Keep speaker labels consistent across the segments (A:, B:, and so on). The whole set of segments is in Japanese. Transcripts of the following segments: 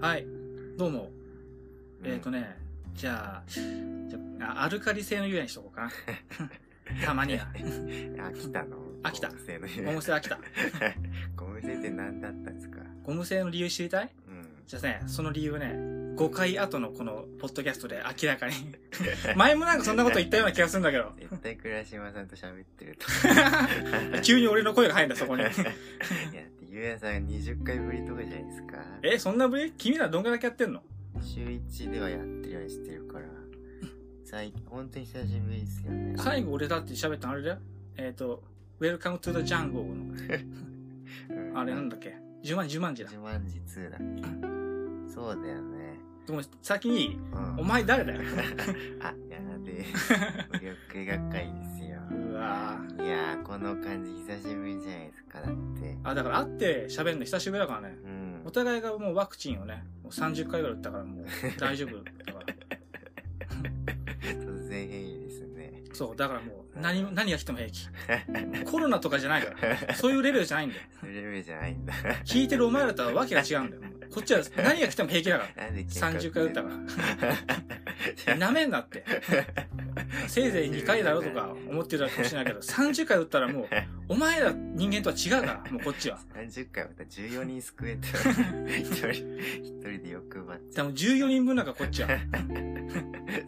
A: はい。どうも。
B: うん
A: えっ、とね、じゃあ、じゃあ、アルカリ性の油塩にしとこ うかな。たまには。
B: 秋田の。
A: 秋田
B: ゴム製の。
A: ゴム製飽きた。
B: ゴム製って何だったんですか
A: ゴム製の理由知りたい
B: うん。
A: じゃあね、その理由をね、5回後のこの、ポッドキャストで 明らかに。前もなんかそんなこと言ったような気がするんだけど。
B: 絶対倉島さんと喋ってると。
A: 急に俺の声が入るんだ、 そこ に
B: い。や、だってゆうやさん20回ぶりとかじゃないですか。
A: え、そんなぶり君らどんぐらいだけやってんの
B: 週1ではやってるようにしてるから。最近、本当に久しぶりですよね。
A: 最後俺だって喋ったのあれだよ。えっ、と、Welcome to the Jungle
B: うん、
A: の、あれなんだっけ十万、十万字だ
B: ジ。ュマンジ2だっけそうだよね。
A: でも先に、
B: うん
A: お前誰だよ。
B: あ、やだで。無力学会ですよ。
A: うわぁ。
B: いやー、この感じ久しぶりじゃないですか、だって。
A: あ、だから会って喋るの久しぶりだからね。
B: うん
A: お。互いがもうワクチンをね、もう30回ぐらい打ったからもう大丈夫だから。
B: 突然変異ですね。
A: そう、だからもう何も、何が来ても平気。コロナとかじゃないから。そういうレベルじゃないんだよ。
B: それレベルじゃないんだ。
A: 聞いてるお前らとはわけが違うんだよ。こっちは何が来ても平気だから。
B: なんで
A: 30回打ったから。
B: ら
A: なめんなって。せいぜい2回だろとか思ってるかもしれないけど、30回打ったらもう、お前ら人間とは違うから、もうこっちは。
B: 30回また14人救えた一人、一人で欲張っち
A: で
B: ゃう。
A: も14人分なんかこっちは。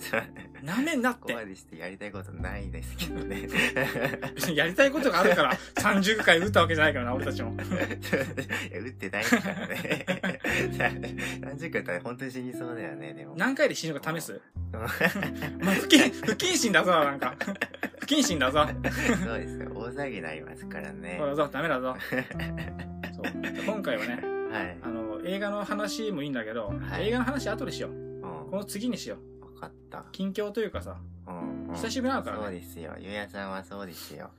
B: そう
A: なめんなっ
B: ここま
A: て。
B: でしてやりたいことないですけど ね。
A: 別に やりたいことがあるから、30回打ったわけじゃないからな、俺たちも。
B: いや打ってないからね。30回打ったら本当に死にそうだよね、でも。
A: 何回で死ぬか試す
B: うん
A: お前不謹、不謹慎だぞ、なんか。不謹慎だぞ。
B: そうですよ。大騒ぎになりますからね
A: ほ。らぞ、ダメだぞ。そう。今回はね、
B: はい。
A: あの、映画の話もいいんだけど、
B: はい
A: 映画の話後でしよう。
B: うん。
A: こ
B: わ
A: の次にしよう。
B: かった。
A: 近況というかさ、
B: うん、うん。
A: 久しぶりなのからね
B: そうですよ。ゆうやさんはそうですよ。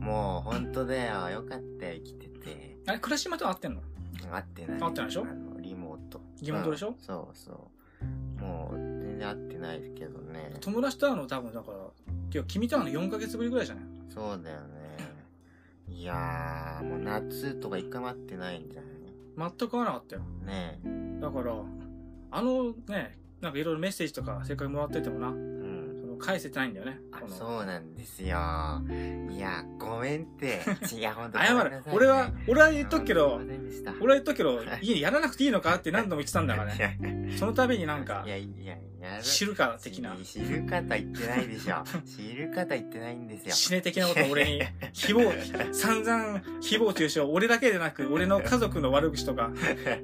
B: もう、本当だよ。よかったよ、生きてて。
A: あれ、倉島とは会ってんの
B: 会ってない。
A: 会ってないでしょ
B: あの、リモート。
A: リモートでしょ
B: うんそうそう。もう、全然会ってないですけどね。
A: 友達と会うの多分だから、今日君と会うの4ヶ月ぶりぐらいじゃない
B: そうだよね。いやー、もう夏とか一回も会ってないんじゃない
A: 全く会わなかったよ。
B: ねえ。
A: だから、あのね、なんかいろいろメッセージとかせっかくもらっててもな、
B: うん。
A: その返せてないんだよね。
B: あ
A: こ、の
B: そうなんですよ。いや、ごめん って。いや、ほんと
A: 謝る。俺は、俺は言っとくけど、俺は
B: は
A: 言っとくけど、家でやらなくていいのかって何度も言ってたんだからね。
B: ね。
A: その度になんか
B: い、やいや、やる。
A: 知るか的な、
B: 知る方言ってないでしょ。 知る方言ってないんですよ。
A: 死ね的なことを俺に、誹 謗、散々誹謗中傷、俺だけでなく、俺の家族の悪 口とか、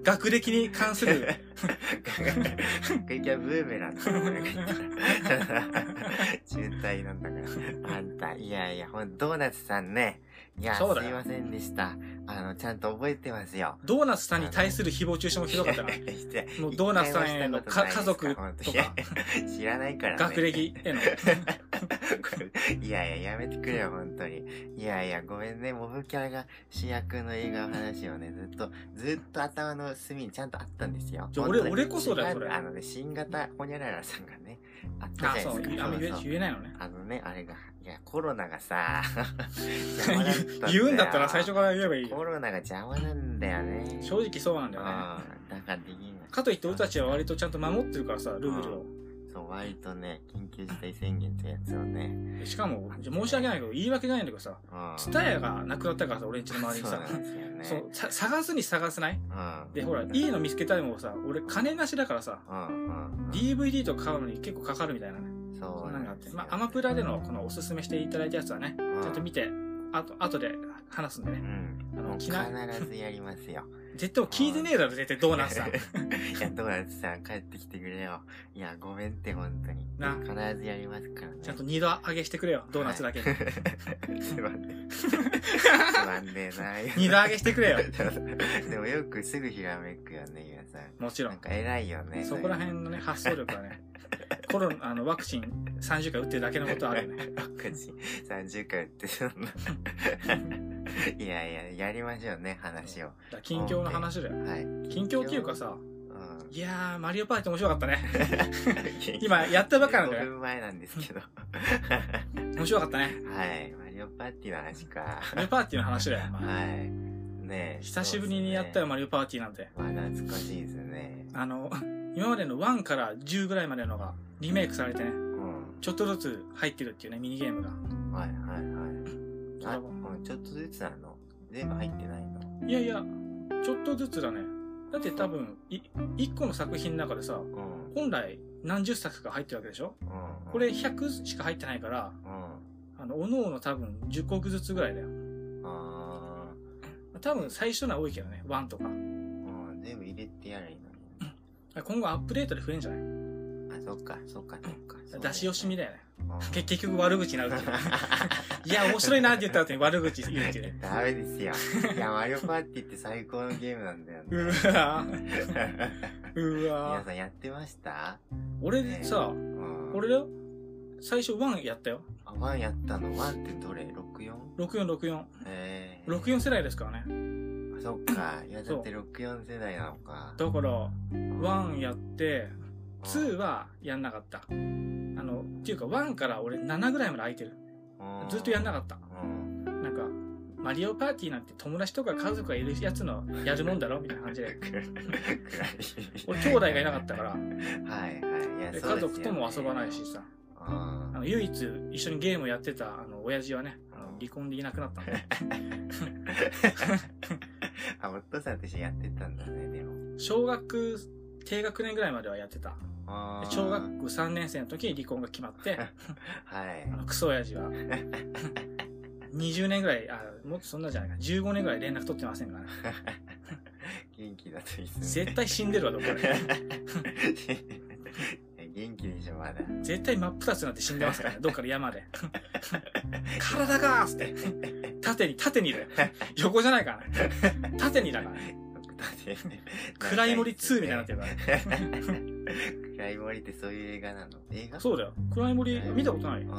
A: 学歴に関する、
B: クイキャブーメランだな俺が言ったら中退なんだから。あんた、いやいや、ほんドーナツさんね。いや、す
A: そうだよ
B: いませんでした。あの、ちゃんと覚えてますよ。
A: ドーナツさんに対する誹謗中傷もひどか ったな。
B: して
A: もうドーナツさんへのか家族
B: ほんと
A: と
B: いや
A: か、
B: 知らないからね。
A: 学歴 への。
B: これいやいや、やめてくれよ、本当に。いやいや、ごめんね、モブキャラが主役の映画の話をね、ずっと、ずっと頭の隅にちゃんとあったんですよ。
A: ちょ俺
B: 本当に
A: 俺こそだよ
B: 新
A: それ
B: あのね、新型ホニャララさんがね、あったじゃ
A: あ
B: な、いですか。
A: そう、あんま言え言えないのね。
B: あのね、あれが、いや、コロナが さ、邪
A: 言
B: 魔だったん
A: う 言うんだったら最初
B: か
A: から言えばいい
B: コ
A: よ。
B: ロナが邪魔なんだよね。
A: 正直そうなんだよね。
B: うんだからできない。
A: かといって俺たちは割とちゃんと守ってるからさ、ルール
B: そう、割とね、緊急事態宣言ってやつをね。
A: を。しかも、申し訳ないけど、言い訳ないんだけどさ、
B: うん
A: ツタヤがなくなったからさ、俺んちの周り
B: そ
A: に
B: う
A: さ
B: な、んですよね。
A: そうさ探すに探せない
B: うん。
A: で、ほら、いいの見つけたりもさ、俺金なしだからさ、
B: うんうんうん。
A: DVD とか買うのに結構かかるみたいなね。
B: そ
A: そん
B: う
A: な
B: なんん
A: があっ
B: で
A: て。
B: すよ
A: まあ、アマプラでのこのおすすめしていただいたやつはね、
B: うん
A: ちゃんと見て、あと、後で話すんで
B: う
A: ね。
B: ん。
A: あの
B: もう
A: 機内
B: 必ずやりますよ。
A: 絶対聞いてねえだろ、絶対ドーナツ さん。
B: い や、ドーナツさん帰ってきてくれよ。いや、ごめんって、本当に。
A: な
B: 必ずやりますからね。
A: ちゃんと二度上げしてくれよ、ドーナツだけ。
B: はい つまん ねえ。つまんねえな。
A: 二度上げしてくれよ。
B: でもよくすぐひらめくよね、ゆうやさん。
A: もちろ
B: なん
A: ん。
B: か偉いよね。
A: そこら辺 のね、発想力はね、コロナ、あの、ワクチン30回打ってるだけのことあるよね。
B: 9時30回打ってそ んないやいややりましょうね話をは
A: だから近況の話だよ。
B: い、うん、
A: 近況っていうかさ、いやー、マリオパーティー面白かったね。 今、やっ
B: や
A: たばっかなんだ
B: 5
A: よ。
B: 分前なんですけどは
A: 面白かったね。
B: いマリオパーティーの話か
A: マリオパーティーの話だよ。まあ
B: はいねえ
A: 久しぶりにやったよ、
B: そう
A: マリオパーティーなんて。
B: ですねまあ懐かしいですね
A: あの、今までの1から10ぐらいまでのがリメイクされてね、
B: うん。
A: ちょっとずつ入ってるっていうね、ミニゲームが。
B: はいはいはい。あ、うんちょっとずつなの全部入ってないの
A: いやいや、ちょっとずつだね。だって多分、い、1個の作品の中でさ、
B: うん。うん
A: 本来何十作か入ってるわけでしょ。
B: うん
A: これ、100しか入ってないから、
B: うん。
A: あの、おのおの多分10個ずつぐらいだよ。
B: あ
A: 多分最初のは多いけどね、1とか。
B: ーうん。全部入れてやればいいのに。
A: 今後アップデートで増えんじゃない
B: あ、そっか、そっか、そっか。そうだよね
A: 出し惜しみだよね。
B: うん
A: け結局悪口になるっていうね いや、面白いなって言った後に悪口言うっていうね。
B: ダメですよ。いや、マリオパーティーって最高のゲームなんだよ
A: うわ
B: ね。
A: ぁ、う
B: 皆
A: わ
B: さんやってました
A: ぁ。俺さ、
B: うん。
A: 俺だよ。最初1やったよ。
B: あ、ワンやったのワンってどれ ?64?
A: 6464。
B: えー。
A: 64世代ですからね。
B: あそっか。いや、だ
A: そう
B: って64世代なのか。
A: だから、1やって、
B: うん
A: 2はやんなかった。あの、っていうか1から俺7ぐらいまで空いてる。ずっとやんな
B: か
A: かった。
B: った。うん。
A: なんか、マリオパーティーなんて友達とか家族がいるやつのやるもんだろみたいな感じで。
B: くらい。
A: 俺兄弟がいなかったから、
B: はいはい。いや、
A: で
B: そうです
A: 家
B: よ
A: 族とも遊ばないし。さ。
B: うん
A: あの唯一一緒にゲームやってたあの親父はねあの離婚でいなくなったんで
B: あ、お父さんと一緒にやってたんだね、でも。
A: 小学低学年ぐらいまではやってた
B: あ
A: で
B: ー
A: 小学校3年生の時に離婚が決 まって
B: はい
A: あ。のクソ親父は20年ぐらいあもっとそんなじゃないか15年ぐらい連絡取ってませんからね
B: 元気だといいっすね。
A: 絶対死んでるわどこかで
B: 元気でしょ、まだ。
A: 絶対真っ二つになって死んでます からねどっかの山で体がーっつって縦に縦にだよ 横じゃないからね縦にだ からね暗い森2みたいになってるからね
B: 暗い森ってそういう映画なの映画
A: そうだよ暗い森見たことないう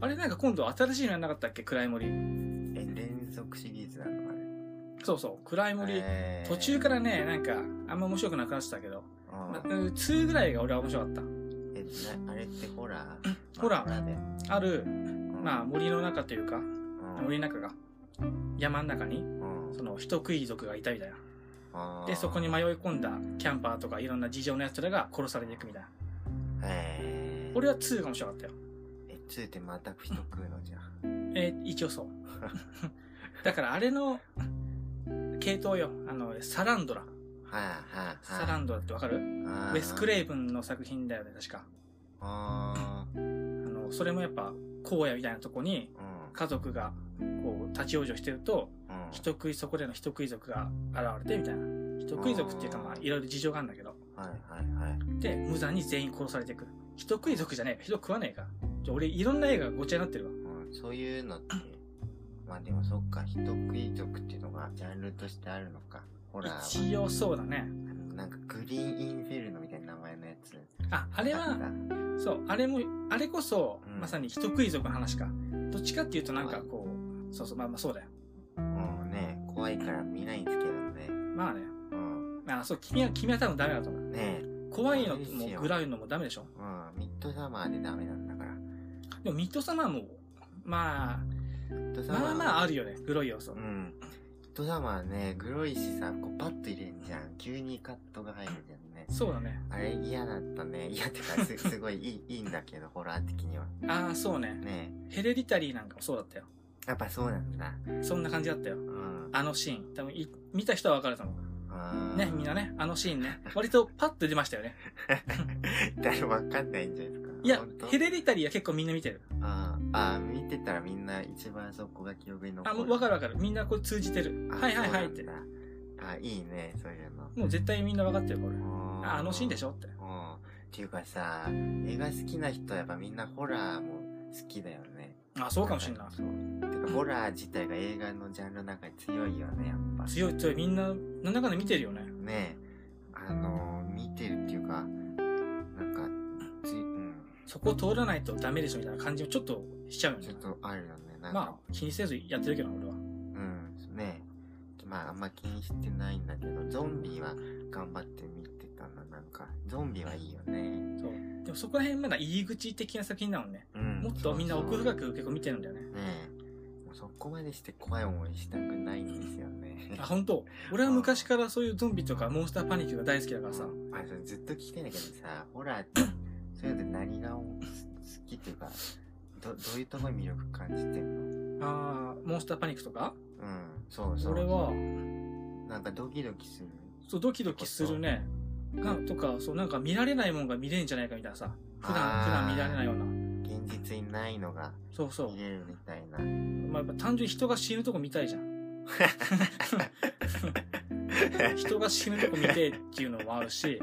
A: あれなんか今度新しいのやんなかったっけ暗い森。
B: ん。え、連続シリーズなのあれ。
A: そうそう、暗い森。
B: えー
A: 途中からね、なんか、あんま面白くなくなってたけど、
B: うん
A: まうん2ぐらいが俺は面白かっ
B: え、なあれってホラー
A: ホラー
B: ーで。
A: た。ある、まあ
B: あ、
A: 森の中というか、
B: うん
A: 森の中が、山の中に、
B: うん
A: その人食い族がいたみたいな。
B: あー
A: で、そこに迷い込んだキャンパーとかいろんな事情の奴らが殺されていくみたいな。
B: えー
A: 俺は2が面白かったよ。
B: え、ついてまた人食うのじゃん。
A: えー一応そう。 だからあれの、系統よ。あの、サランドラ。
B: はいはい
A: サラ
B: は
A: ンドラってわかる
B: い。
A: ウ
B: ウ
A: ェス・クレイブンの作品だよね、確か。
B: あー
A: あの、それもやっぱ、荒野みたいなとこに、
B: うん
A: 家族が、こう、立ち往生してると、
B: うん
A: 人食い、そこでの人食い族が現れて、みたいな。人食い族っていうか、まあ、いろいろ事情があるんだけど。
B: はいはいはい。
A: で、無残に全員殺されていく。人食い族じゃねえか、人食わねえか。ちょ俺、いろんな映画がごっちゃになってるわ。
B: うん、そういうのって、まあでもそっか、人食い族っていうのがジャンルとしてあるのか。ホラーは。
A: 一応そうだね。
B: あのなんかグリーンインフェルノみたいな名前のやつ。
A: あ、あれ
B: あった
A: は、そう、あれも、あれこそ、
B: うん
A: まさに人食い族の話か。どっちかっていうと、なんかこう、そうそう、まあまあそうだよ。
B: うんね、怖いから見ないんですけどね。
A: まあね。
B: うん。
A: あ、そう、君は、君は多分ダメだと思う。
B: ねえ、
A: 怖いのも、ぐらいのもダメでしょ。
B: うん、ミッドサマーでダメなんだから。ミ
A: でもミッドサマーも、ま
B: ッド
A: あ、
B: サマー。
A: まあまああるよね、黒い要素
B: う。ん。ミッドサマーね、グロいしさ、こうパッと入れんじゃん。急にカットが入るじゃんね。
A: そうだね。
B: あれ嫌だったね。嫌ってか、す、 すごいいい、いいんだけど、ホラー的には。
A: ああ、そうね。
B: ね
A: ヘレディタリーなんかもそうだったよ。
B: え。やっぱそうなんだ。
A: そんな感じだったよ。
B: うん。
A: あのシーン。多分い、見た人はわかると思う。
B: あー
A: ね、みんな。ね、あのシーンね。割とパッと出ました よね。
B: 誰もわかんないんじゃないですか。
A: いや
B: ほんと、
A: ヘレディタリーは結構みんな見てる。
B: あーあー、見てたらみんな一番そこが記憶に残
A: あ、
B: る。
A: もうわかるわかる。みんなこれ通じてる。
B: あ
A: はいはいはいっ。
B: そ
A: て
B: う。なんだあ、いいね、そういうの。
A: もう絶対みんなわかってる、これ。
B: うん
A: あ、あのシーンでしょって。
B: うん。っていうかさ、映画好きな人はやっぱみんなホラーも好きだよね。
A: あ、そうかもしんない。
B: そう。てか、ホラー自体が映画のジャンルの中に強いよね、やっぱ。
A: 強い強い。みんな、なんだかんだ見てるよね。
B: ねあのー、見てるっていうか、なんか、つい、うん、
A: そこを通らないとダメでしょみたいな感じもちょっとしちゃうよ
B: ちょ
A: ね
B: っ。とあるよね。なんか、
A: まあ、気にせずやってるけどな、俺は。
B: うん、ねまあ、あんま気にしてないんだけど、ゾンビは頑張って見てたな、なんか。ゾンビはいいよね。
A: そう。でもそこら辺まだ入り口的な作品なのね。
B: うん。
A: もっとみんな奥
B: そう
A: 深く結構見てるんだよね。
B: そうねえもうそこまでして怖い思いしたくないんですよね。
A: あ、本当俺は昔からそういうゾンビとかモンスターパニックが大好きだからさ。
B: あそれずっと聞きたいんだけどさホラーってそういうので何がお好きっていうかどどういうとこに魅力感じてんの
A: あーモンスターパニックとか
B: うんそうそう
A: 俺は、
B: なんかドキドキする
A: そう、ドキドキするね。が、とか、そう、なんか見られないもんが見れんじゃないかみたいなさ。普段、
B: あー
A: 普段見られないような。
B: 現実にないのが
A: そうそう
B: 見。れるみたいな
A: まあ、やっぱ単純に人が死ぬとこ見たいじ ゃん。人が死ぬとこ見てえっていうのもあるし、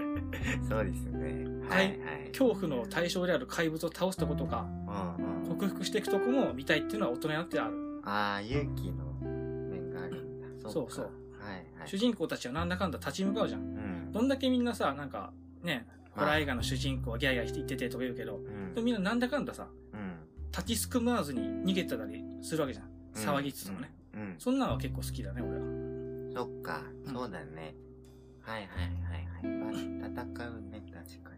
B: そうですねは
A: はい
B: いはい
A: 恐怖の対象である怪物を倒すとことか、
B: うんうん
A: 克服していくとこも見たいっていうのは大人になってある。
B: ああ勇気の面があるんだ
A: そうそう
B: かはいはい
A: 主人公たちはなんだかんだ立ち向かうじゃん。
B: うん
A: どんだけみんなさ、なんか、ね、ホ
B: まあ
A: ラー映画の主人公はギャーギャーして言っててとか言うけど、
B: うん
A: でもみんななんだかんださ、
B: うん
A: 立ちすくまわずに逃げてたりするわけじゃん。騒ぎつつもね。
B: うんうん
A: そんなのは結構好きだね、俺は。
B: そっか、
A: うん
B: そうだね。はいはいはいはい。まあ戦うね、確かに。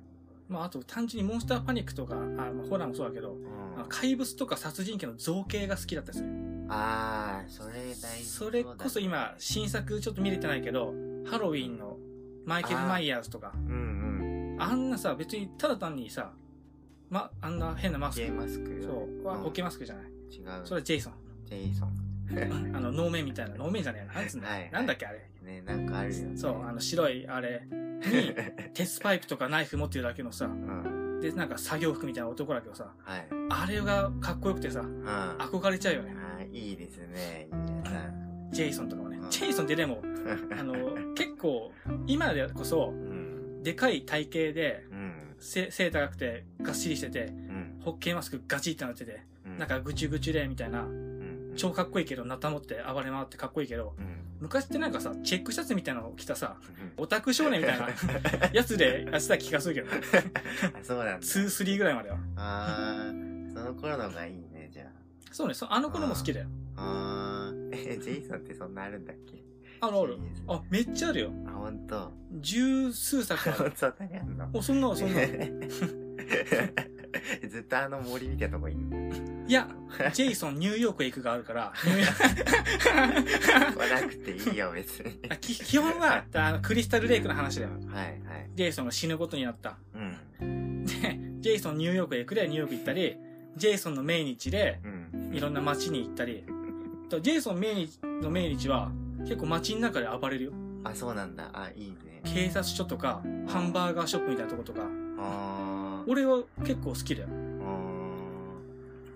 A: まあ、あと単純にモンスターパニックとか、あまあ、ホラーもそうだけど、
B: うん
A: あの怪物とか殺人鬼の造形が好きだったりする。
B: あー、それ大事だね
A: それこそ今、新作ちょっと見れてないけど、ハロウィンのマイケル・マイヤーズとか、
B: うんうん。
A: あんなさ、別にただ単にさ、ま、あんな変なマス
B: ジ
A: ク
B: ェイ。マスク。
A: そう。は、オケマスクじゃない。
B: 違。
A: そうれジェイソン。
B: ジェイソン。
A: あの、能面みたいな、能面じゃねえな。なんつうんだ、
B: はいはい
A: なんだっけあれ。
B: ね、なんかあるよね。
A: そう、あの、白いあれ に、鉄パイプとかナイフ持ってるだけのさ、
B: うん。
A: で、なんか作業服みたいな男だけどさ、
B: はい。
A: あれがかっこよくてさ、
B: うん。あ
A: 憧れちゃうよね。
B: ー、いいですね。いいや
A: ジェイソンとかもね
B: う。ん
A: ジェイソンってでも、
B: な。
A: あの、結構、今でこそ
B: う、ん。
A: でかい体型で、
B: うん。
A: せ背高くて、がっしりしてて、
B: うん。
A: ホッケーマスクガチってなってて、
B: う
A: なん、かぐちゅぐちゅで、みたいな、
B: うん
A: 超かっこいいけど、なた持って暴れ回ってかっこいいけど、
B: うん。
A: 昔ってなんかさ、チェックシャツみたいなのを着たさ、オタク少年み たいなやつでやってた気がするけどね、
B: あ、そうなんだ。
A: 2、3ぐらいまでは。
B: あー、その頃のがいいね、じゃ
A: そうね、そあの頃も好きだよ。
B: あ。あー、え、ジェイソンってそんなあるんだっけ
A: あの、ある
B: シリーズ。
A: あ、めっちゃあるよ。
B: あ、ほんと。
A: 十数作あ
B: ほ
A: る
B: ん。と何あんの
A: お、そんなのそんなの。
B: ずっとあの森みたいなとこいんの
A: いや、ジェイソンニューヨークへ行くがあるから、ニューヨーク
B: 来なくていいよ、別に。
A: あき基本はあのクリスタルレイクの話だよ。
B: はいはい。
A: ジェイソンが死ぬことになった。
B: うん。
A: で、ジェイソンニューヨークへ行くでニューヨーク行ったり、ジェイソンの命日で
B: うん。
A: いろんな街に行ったり、とジェイソン命日の命日は結構街の中で暴れるよ。
B: あ、そうなんだ。あ、いいね。
A: 警察署とか、ハンバーガーショップみたいなとことか、
B: あー。
A: 俺は結構好きだよ。
B: あ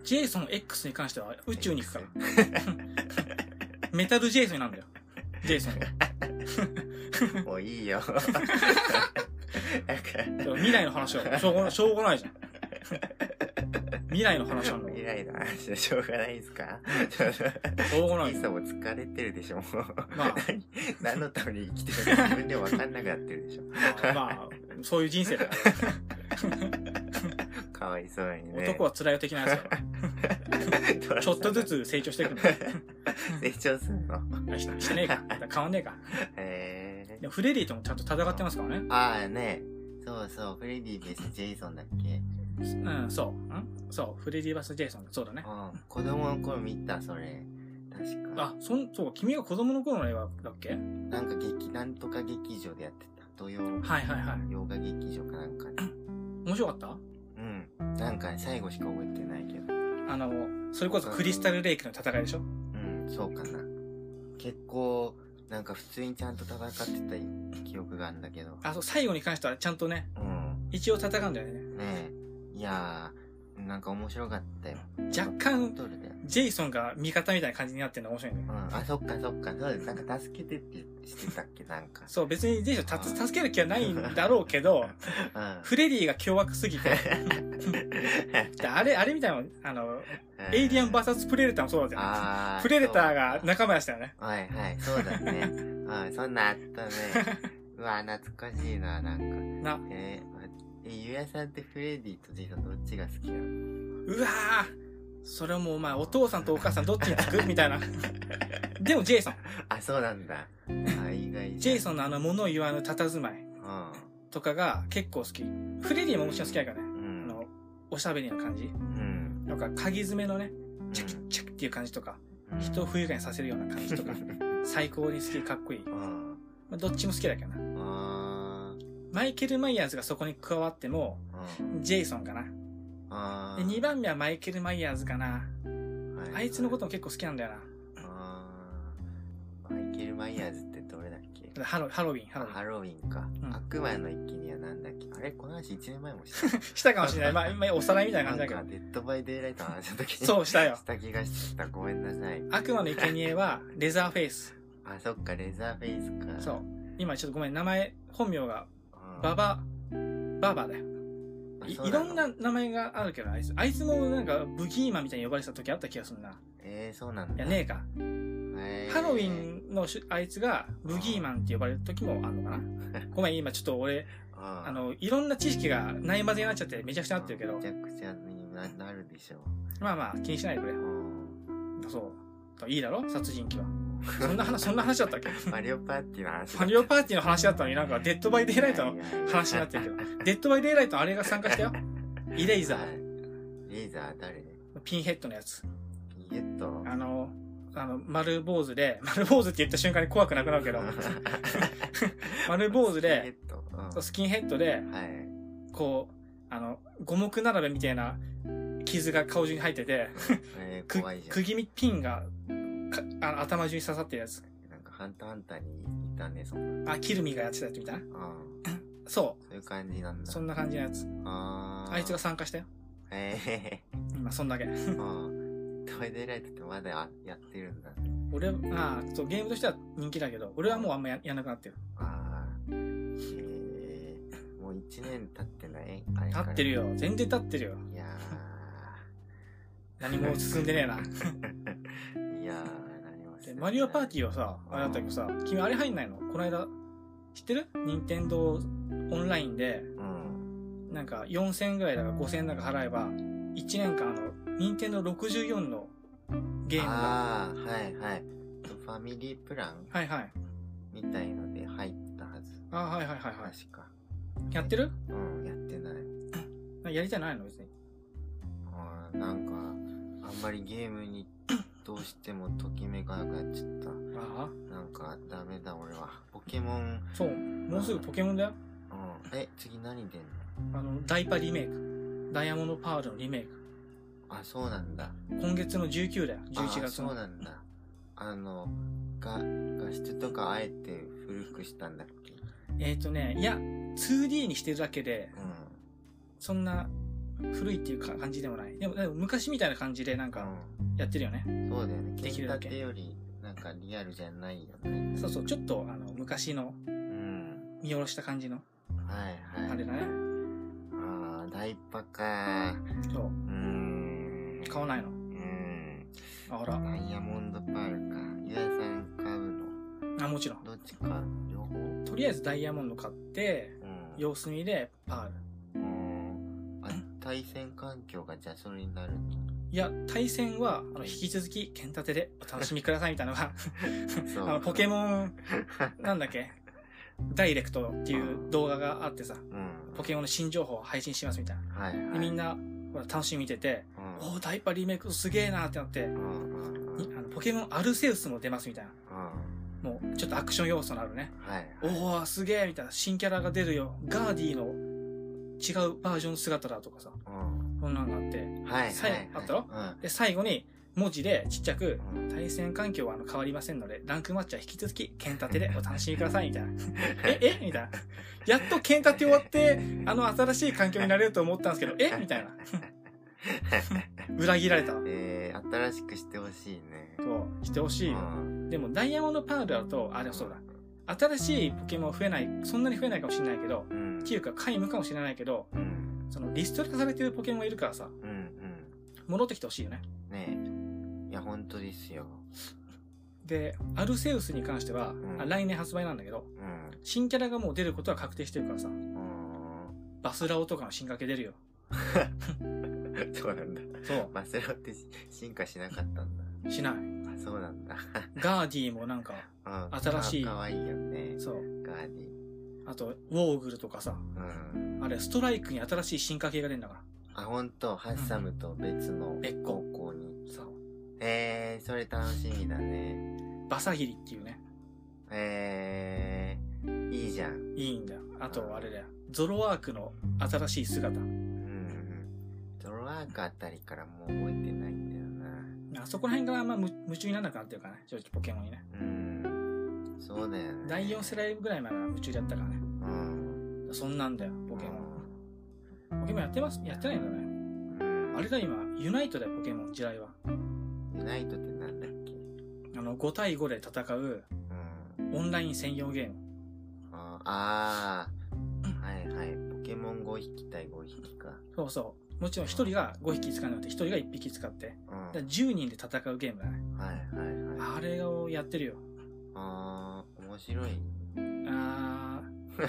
A: ジェイソン X に関しては宇
B: ー
A: 宙に行くから。メタルジェイソンなんだよ。ジェイソンが。
B: もういいよ。
A: だから未来の話は、しょうがない、しょうがないじゃん。未来の話なんだもん
B: 未来の話はしょうがないですか
A: しょうがない
B: いさも疲れてるでしょ、もう。
A: まあ
B: 何 何のために生きてるか自分でも分かんなくなってるでしょ。
A: まあ、まあ、そういう人生だよ。
B: かわいそうにね。
A: 男は辛いよ的なやつだよ。ちょっとずつ成長していくんだよ。
B: 成長すんの
A: あししてねえか。だから変わんねえか。
B: へえ
A: でもフレディともちゃんと戦ってますからね。
B: ああねそうそうフレディベースジェイソンだっけ
A: うん、そう。んそう。フレディバス・ジェイソンだ。そうだね。
B: うん子供の頃見たそれ確か
A: あ、そん、そう、君が子供の頃の映画だっけはい
B: なんか劇なんとか劇場でやってた土曜
A: はいはい。
B: 洋画劇場かなんかで
A: 面白かった
B: うんなんか最後しか覚えてないけど
A: あの、それこそクリスタルレイクの戦いでしょ
B: うんそうかな結構なんか普通にちゃんと戦ってた記憶があるんだけど
A: あ、そう、最後に関してはちゃんとね、
B: うん
A: 一応戦うんだよね。
B: ねえいやーなんか面白かったよ
A: 若干、
B: どれだよ
A: ジェイソンが味方みたいな感じになってるのが面白いね。
B: うん、あ、そっかそっか、そうです。なんか助けてってしてたっけ、なんか。
A: そう、別にジェイソンたつ助ける気はないんだろうけ
B: う
A: ど、
B: ん。
A: フレディが凶悪すぎて、であれ、あれみたいなの、あの、 エイリアン
B: バ
A: VS プレデターもそうだじゃん。
B: あー
A: プレデターが
B: そう
A: 仲間でしたよね。
B: はいはい、そうだ ね。うん、そんなんあったね。うわ、懐かしいな、なんか。
A: な、
B: えー、えゆうやさんってフレディとジェイソンどっちが好きなの
A: うわーそれもうまあ、お父さんとお母さんどっちにつくみたいな。でもジェイソン。
B: あ、そうなんだ。あ、意外
A: ジェイソ
B: ン。
A: ンのあの物を言わぬ佇まいとかが結構好き。フレディももちろん好きだからね
B: う。
A: あ
B: ん。
A: の、おしゃべりの感じ。
B: うん。うん。
A: なんか、鍵爪のね、チャキチャキっていう感じとか、人を不愉快にさせるような感じとか。最高に好き、かっこいい。
B: うん。
A: まあどっちも好きだけどな。
B: あー
A: マイケル・マイヤーズがそこに加わっても、
B: うん。
A: ジェイソンかな。
B: あ
A: で、2番目はマイケル・マイヤーズかな。
B: 番
A: あいつのことも結構好きなんだよな。
B: あーマイケル・マイヤーズってどれだっけ
A: だからハロハロウィン、ハロウィ
B: ハロウィンか。
A: うん
B: 悪魔の一気にはなんだっけあれこの話1年前もした。
A: ン。したかもしれない。まあ、今おさらいみたいな
B: な
A: 感
B: ん
A: じだけど
B: か、。デッド・バイ・デイ・ライトの話の時に。
A: そう、したよ
B: し。た気がした。ごめんなさい。
A: 悪魔の生贄は、レザーフェイス。
B: あ、そっか、レザーフェイスか。
A: そう。今ちょっとごめん、名前、本名が、
B: うん。
A: ババ、ババだよ。
B: あ
A: い
B: そう
A: いろんな名前があるけど、あいつ。あいつもなんか、ブギーマンみたいに呼ばれてた時あった気がするな。い
B: えー、そうなんだ。
A: や、ねえか。
B: えー
A: ハロウィ。ンのしあいつが、ブギーマンって呼ばれる時もあるの かな。ごめん、今ちょっと俺、
B: あ
A: あの、いろんな知識がないまぜになっちゃってめちゃくちゃなってるけど
B: めち、ゃくちゃにななるでしょ
A: まあまあ気にしないでくれ
B: う。う。ん。
A: そう。いいだろ殺人鬼は。そんな話、そんな話だったっけ
B: マリオパーティーの話。
A: マリオパーティーの話だったのになんかデッドバイデイライトの話になってるけど、デッドバイデイライトのあれが参加したよ。イレイ
B: レ
A: ザー。
B: ー。レーザー誰
A: ピンヘッドのやつ。
B: ピエット。
A: あの、あの、丸坊主で、丸坊主って言った瞬間に怖くなくなる け ど、丸坊
B: ピ
A: 主
B: エ
A: で、
B: ット。うん
A: そうスキンヘッドで、
B: はい。
A: こう、あの、五目並べみたいな傷が顔中に入ってて、
B: えー
A: く
B: 怖いじゃん。
A: 釘みピンがかあの頭中に刺さってるやつ。
B: なんか、ハンターハンターにいたね、そんな。
A: あ、キルミがやってたやつみたい
B: う
A: な。
B: ん。
A: そ
B: そういう感じなん
A: う。
B: だ。
A: そんな感じのやつ。
B: あー
A: あいつが。参加したよ。
B: え
A: 今、そんだけ。
B: えー。うん。トイレライトってまだややってるんだ。
A: 俺、ああ、そう、ゲームとしては人気だけど、俺はもうあんまややんなくなってる。
B: ああ。えー、もう一年経ってないあれ
A: 立
B: から
A: ってる。よ。全然立ってるよ。
B: いや
A: 何も進んでね えな。
B: ー。 いやー、何も
A: でマリオパーテ
B: ィ
A: ィーはさ、あれだったけどさ、君あれ入んないのこの間、知ってる任天堂オンラインで、
B: ー。うん。
A: なんか4000円ぐらいだから5000円だか払えば、1年間あの、任天堂64のゲームが、
B: ああ、はいはい。ファミリープラン
A: はいはい。
B: みたいので入ったはず。
A: あーはいはいはいは
B: 確か。
A: い。やってる
B: うん、やってない。
A: やりたいのないの別に。
B: あーなんか、あんまりゲームにどうしてもときめかなくなっちゃった。
A: あ
B: なんか、ダメだ俺は。ポケモン、
A: あそう。もうすぐポケモンだよ。
B: うん。え、次何出んの
A: あの、ダイパリメイク。ダイヤモンドパールのリメイク。
B: あ、そうなんだ。
A: 今月の19だよ。11
B: あ
A: 月
B: そう
A: の。
B: なんだ。あの、が、画質とかあえて古くしたんだっけ
A: えっ、とね、いや、2D にしてるだけで、
B: うん。
A: そんな古いっていうか感じでもない。でも、でも昔みたいな感じでなんかやってるよね。
B: うん。そうだよね。
A: できるだ
B: 剣立
A: け
B: てより、なんかリアルじゃないよね。
A: そうそう、ちょっとあの昔の
B: うん。
A: 見下ろした感じの
B: はいはい。
A: あれだね。
B: ああ、大パか
A: そう
B: ー。うーん。
A: 買わないの。
B: うん。
A: あ、ほら。
B: ダイヤモンドパールか。ゆやさん買うの
A: あ、もちろん。
B: どっちか両方うん。
A: とりあえずダイヤモンド買って、様子見でパール。
B: うん。あ、対戦環境がじゃあそれになる
A: いや、対戦は、あの、引き続き、剣立てでお楽しみくださいみたいなのが、あ
B: そう
A: の、ポケモン、なんだっけ、ダイレクトっていう動画があってさ、
B: の。うん。
A: ポケモンの新情報を配信しますみたいな。
B: はい、はい。
A: で、みんな、ほら、楽しみ見てて、
B: うん、
A: おー、ダイパリメイクすげえなーってなって、
B: うんうんうん。
A: にあのポケモンアルセウスも出ますみたいな。
B: うん
A: もう、ちょっとアクション要素のあるね。
B: はい。
A: おー、すげえみたいな。新キャラが出るよ。ガーディの違うバージョン姿だとかさ、
B: うん。
A: こんなんがあって。
B: はい。
A: 最後
B: はい
A: あったろで、最後に、文字でちっちゃく、
B: うん。うん
A: 対戦環境はあの変わりませんので、ランクマッチは引き続き、剣立てでお楽しみください、みたいな。え、えみたいな。やっと剣立て終わって、あの新しい環境になれると思ったんですけど、えみたいな。 裏切られたわ。
B: えー、新しくしてほしいね。
A: そう、してほしいよ
B: う。ん
A: でも、ダイヤモンドパールだと、あ、でもそうだ。。新しいポケモン増えない、そんなに増えないかもしれないけど、
B: うん。
A: っていうか、皆無かもしれないけど、
B: うん。
A: その、リストラされてるポケモンがいるからさ、
B: うん。うん。
A: 戻ってきてほしいよね。
B: ねえ。いや、本当ですよ。
A: で、アルセウスに関しては、
B: ん
A: あ来年発売なんだけど、
B: うん。
A: 新キャラがもう出ることは確定してるからさ、
B: うん。
A: バスラオとかの新掛け出るよ。
B: そうなんだ。
A: そ
B: バスローって進化しなかったんだ。
A: う。しない。
B: あ、そうなんだ。
A: ガーディもなんか、
B: うん
A: 新しい
B: かわいいよね。
A: そう。
B: ガーディ。
A: あと、ウォーグルとかさ、
B: うん。
A: あれ、ストライクに新しい進化系が出るんだから。
B: あ、ほんと、ハッサムと別の
A: 別個
B: 高校に。
A: そう。
B: えー、それ楽しみだね。
A: バサギリっていうね、
B: えー、いいじゃん。
A: いいんだよ。あと、あれだよ。ゾロワークの新しい姿。
B: うんうん。ドロワークあたりからもう覚えてないんだよな。
A: あそこら辺があんまむ夢中にならなくなってるからね、正直ポケモンにね。
B: うん。そうだよね。
A: 第4世代ぐらいまでは夢中だったからね。
B: うん。
A: そんなんだよ、ポケモン。ポケモンやってますやってないんだね。
B: うん。
A: あれだ、今、ユナイトだよ、ポケモン、時代は。
B: ユナイトってなんだっけうん。
A: あの、5対5で戦う、オンライン専用ゲーム。
B: ああー。はいはい。ポケモン5匹対5匹か。
A: そうそう。もちろん1人が5匹使うのって、1人が1匹使って。
B: うん。は
A: だから
B: い
A: 10人で戦うゲームだね。
B: はいはい。
A: あれをやってるよ。
B: あー、面白い。
A: あ ー。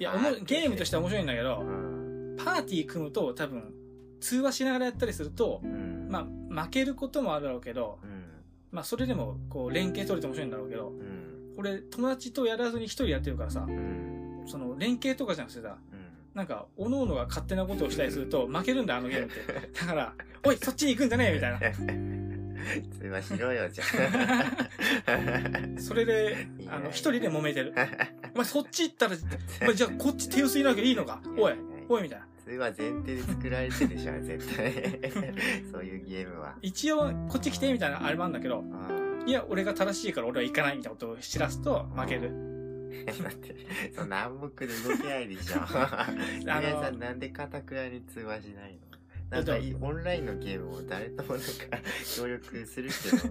A: いや、おもゲームとしては面白いんだけ
B: う
A: ど、
B: ん。
A: パーティー組むと多分、通話しながらやったりすると
B: う、ん。
A: まあ、負けることもあるだろうけど
B: う、ん。
A: まあ、それでも、こう、連携取れて面白いんだろうけど、
B: うん。
A: これ、友達とやらずに一人やってるからさ
B: う、ん。
A: その、連携とかじゃなくてさ、
B: うん。
A: なんか、おののが勝手なことをしたりすると、負けるんだ、あのゲームって。だから、おい、そっちに行くんじゃねえみた い
B: 通話しろよ、じゃ
A: な。それで
B: いい、ね
A: あの、一人で揉めてる。
B: あ。
A: お前、そっち行ったら、お前、じゃあ、こっち手薄いなわけいいのかおい、おい、みたいな。
B: 通話前提で作られてるじゃん、絶対。 そういうゲームは。
A: 一応、こっち来て、みたいな、あれもあるんだけど、
B: うん
A: いや、俺が正しいから俺は行かない、みたいなことを知らすと、負ける。
B: だって、その南北で動けないで しょ。皆さんなんで片倉に通話しないのなんかいオンラインのゲームを誰ともなんか協力するけど、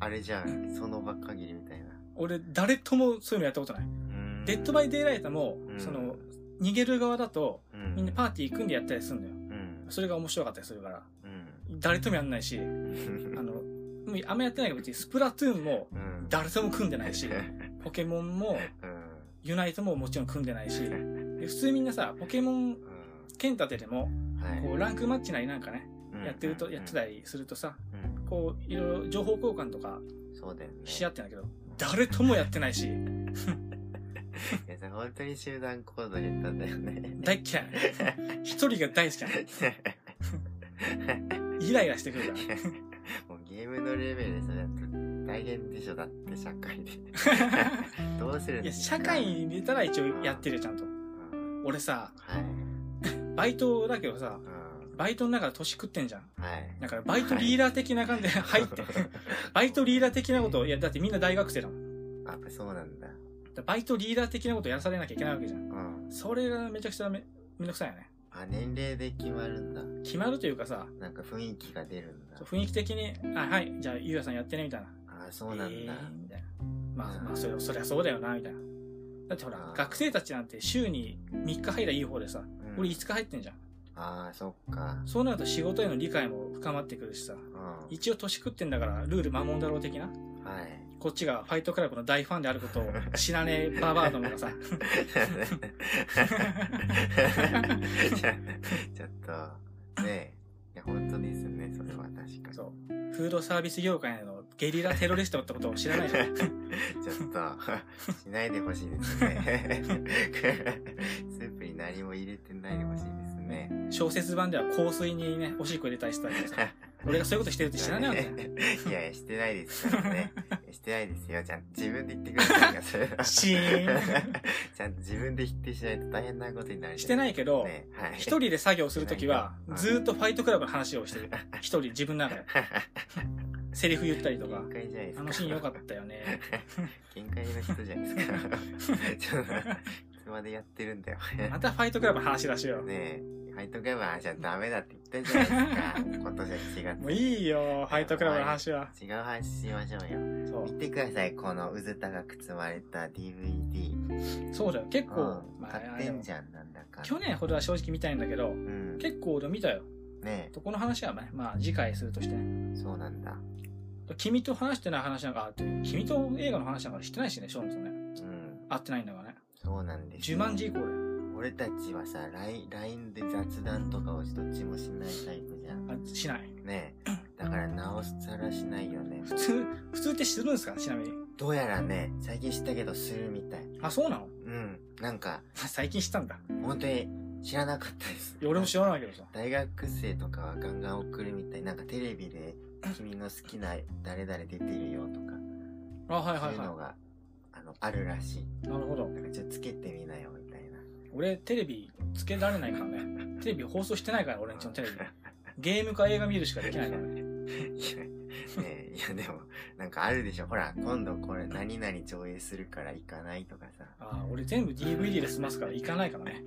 B: あれじゃん、その場限りみたいな。
A: 俺、誰ともそういうのやったことない。
B: うん
A: デッドバイデイライトも
B: う、ん
A: その、逃げる側だと、
B: うん
A: みんなパーティー組んでやったりするんだよ。
B: うん。
A: それが面白かったりするから。
B: うん。
A: 誰ともやんないし、あの、もうあんまやってないけど、別にスプラトゥーンも
B: うん。、
A: 誰とも組んでないしポケモンも
B: うん。
A: ユナイトももちろん組んでないし、で普通みんなさ、ポケモン剣立てでも、
B: うん。はい
A: こう、ランクマッチなりなんかね、やってると、やってた
B: よ。
A: りするとさ、
B: うん
A: こう、いろいろ情報交換とか
B: そうだよね。
A: し合ってんだけど、誰ともやってないし、
B: いやさ本当に集団行動下手だよね。
A: 大っ嫌 い。一人が大好きなの。イライラして くるから。
B: もうゲームのレベルでそれだと大変でしょだって社会で。どうするん
A: い
B: で
A: や、
B: すか
A: 社会に出たら一応やってるよちゃんと。
B: うん
A: 俺さ、
B: はい。
A: バイトだけどさ、
B: うん
A: バイトの中で年食ってんじゃん。
B: はい。
A: だからバイトリーダー的な感じで入 って。バイトリーダー的なことを、いや、だってみんな大学生だもん。
B: あ、やっぱそうなんだ。
A: だからバイトリーダー的なことをやらされなきゃいけないわけじゃん。
B: うん。
A: それがめちゃくちゃめめんどくさいよね。
B: あ、年齢で決まるんだ。
A: 決まるというかさ、
B: なんか雰囲気が出るんだ
A: そう。雰囲気的に、あ、はい、じゃあ、ゆうやさんやってね、みたいな。
B: あ、そうなんだ
A: え。ーみたいな。まあ、まあ、それそりゃそうだよな、みたいな。だってほら
B: あ、ー
A: 学生たちなんて週に3日入りゃいい方でさ、
B: うん
A: 俺5日入ってんじゃん。
B: あー、そっか。
A: そうなると仕事への理解も深まってくるしさ、
B: うん。は
A: 一応年食ってんだからルール守んだろう的な。
B: い。
A: こっちがファイトクラブの大ファンであることを知らねえババアど もがさ、
B: ちょっと、ねえ。いや、本当ですね、それは確かに。
A: そうフードサービス業界のゲリラテロリストってことを知らないじゃん。
B: ちょっと、しないでほしいです ね。スープに何も入れてないでほしいですね。
A: 小説版では香水にね、おしっこ入れたりしたりさ、 俺がそういうことしてるって知らないわけじゃ ん。
B: いやいや、してないですから ね。してないですよ。ちゃんと自分で言ってくださいよそれは。
A: シーン。
B: ちゃんと自分で否定しないと大変なことになる
A: してないいけど、
B: ね、はい。
A: 一 人で作業するときは、ずーっとファイトクラブの話をしてる。一人自分なのよ。セリフ言ったりとか
B: 限、界じゃないですか。
A: あのシーン良かったよ ね。
B: 限界の人じゃないですか。 ちょっと、いつまでやってるんだよ。
A: またファイトクラブの話だしよ。
B: ねえ、ファイトクラブの話はダメだって言ったじゃない ですか。今年は4
A: もういいよ、ファイトクラブの話は。
B: 月。違う話しましょうよ。
A: そう
B: 見。てください、このうずたがくつまれた DVD。
A: そうだよ。結構、
B: うん、
A: まあ
B: 買っ、
A: あ
B: て
A: で
B: ん
A: も
B: じゃん、なんだか。
A: 去年ほどは正直見たいんだけど、
B: うん。
A: 結構俺見たよ。
B: ね
A: とこの話はね、まあ次回するとしてね。
B: え、そうなんだ。
A: 君と話してない話なんかあって、君と映画の話なんかしてないしね、ショーンとね。
B: うん。
A: 会ってないんだからね。
B: そうなんです。
A: 10万字以降だよ。
B: 俺たちはさ、LINE LINE で雑談とかをどっちもしないタイプじゃん。
A: あしない。
B: ねえ。だから、なおさらしないよね。
A: 普通、普通ってするんですかちなみに。
B: どうやらね、最近知ったけど、するみたい。
A: あ、そうなの
B: うん。なんか、
A: 最近知ったんだ。
B: 本当に知らなかったです
A: い。や俺も知らないけどさ。
B: 大学生とかはガンガン送るみたいなんかテレビで君の好きな誰々出てるよとか
A: あ、はい
B: そう
A: はい
B: いうの
A: は
B: が、あの、あるらしい。
A: い。なるほど。
B: なんかちょっとつけてみなよ、みたいな。
A: 俺、テレビつけられないからね。テレビ放送してないから、俺んちの テレビ。ゲームか映画見るしかでき ないから
B: い
A: ね。
B: や、ねえ、いやでも、なんかあるでしょ。ほら、今度これ何々上映するから行かないとかさ。
A: ああ、俺全部 DVD で済ますから行かないからね。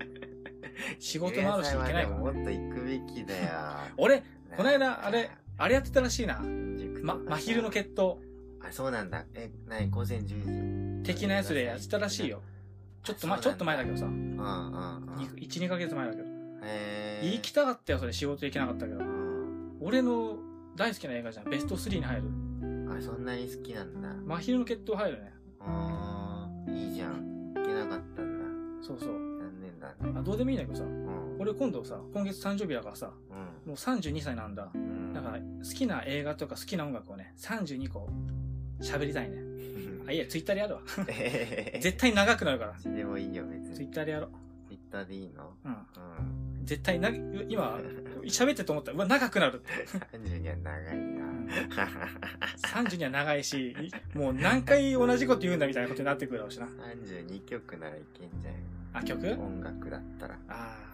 A: 仕事もあるし行けないから
B: 映画祭 はでももっと行くべきだ よ。
A: 俺、この間あれ、あれやってたらしいな。
B: 塾とか
A: ま、
B: さ
A: 真昼の決闘
B: あ、そうなんだ。え、なに、午前10時。
A: 的なやつでやってたらしいよ。ちょっと前、ち
B: そ
A: ょ
B: うなんだ
A: っと前だけどさ。
B: うんうんうん。
A: 1、2ヶ月前だけど。
B: えー、
A: 行きたかったよ、それ仕事行けなかったけど
B: う。ん
A: 俺の大好きな映画じゃん。ベスト3に入る。
B: あ、そんなに好きなんだ。
A: 真昼の決闘入るね。
B: うん、いいじゃん。行けなかったんだ。
A: そうそう。
B: 残念だね。
A: あ、どうでもいいんだけどさ。
B: うん。
A: 俺今度さ、今月誕生日だからさ、もう32歳なんだ。
B: うん。
A: だから、好きな映画とか好きな音楽をね、32個喋りたいね。あ、いや、ツイッターでやるわ。
B: 絶
A: 絶対長くなるから。
B: 対。でもいいよ、別に。
A: ツ
B: ツ
A: イ
B: イ
A: ッターでやろう。
B: ッターでいいの
A: うん。
B: うん。
A: 絶対 な、今、喋ってと思ったら、うわ、長くなるって。
B: 30には長いな。
A: 30には長いし、いもう何回同じこと言うんだみたいなことになってくるだろうしな。
B: 32曲ならいけんじゃ
A: あ、曲
B: ん。音楽だったら。ね、
A: あ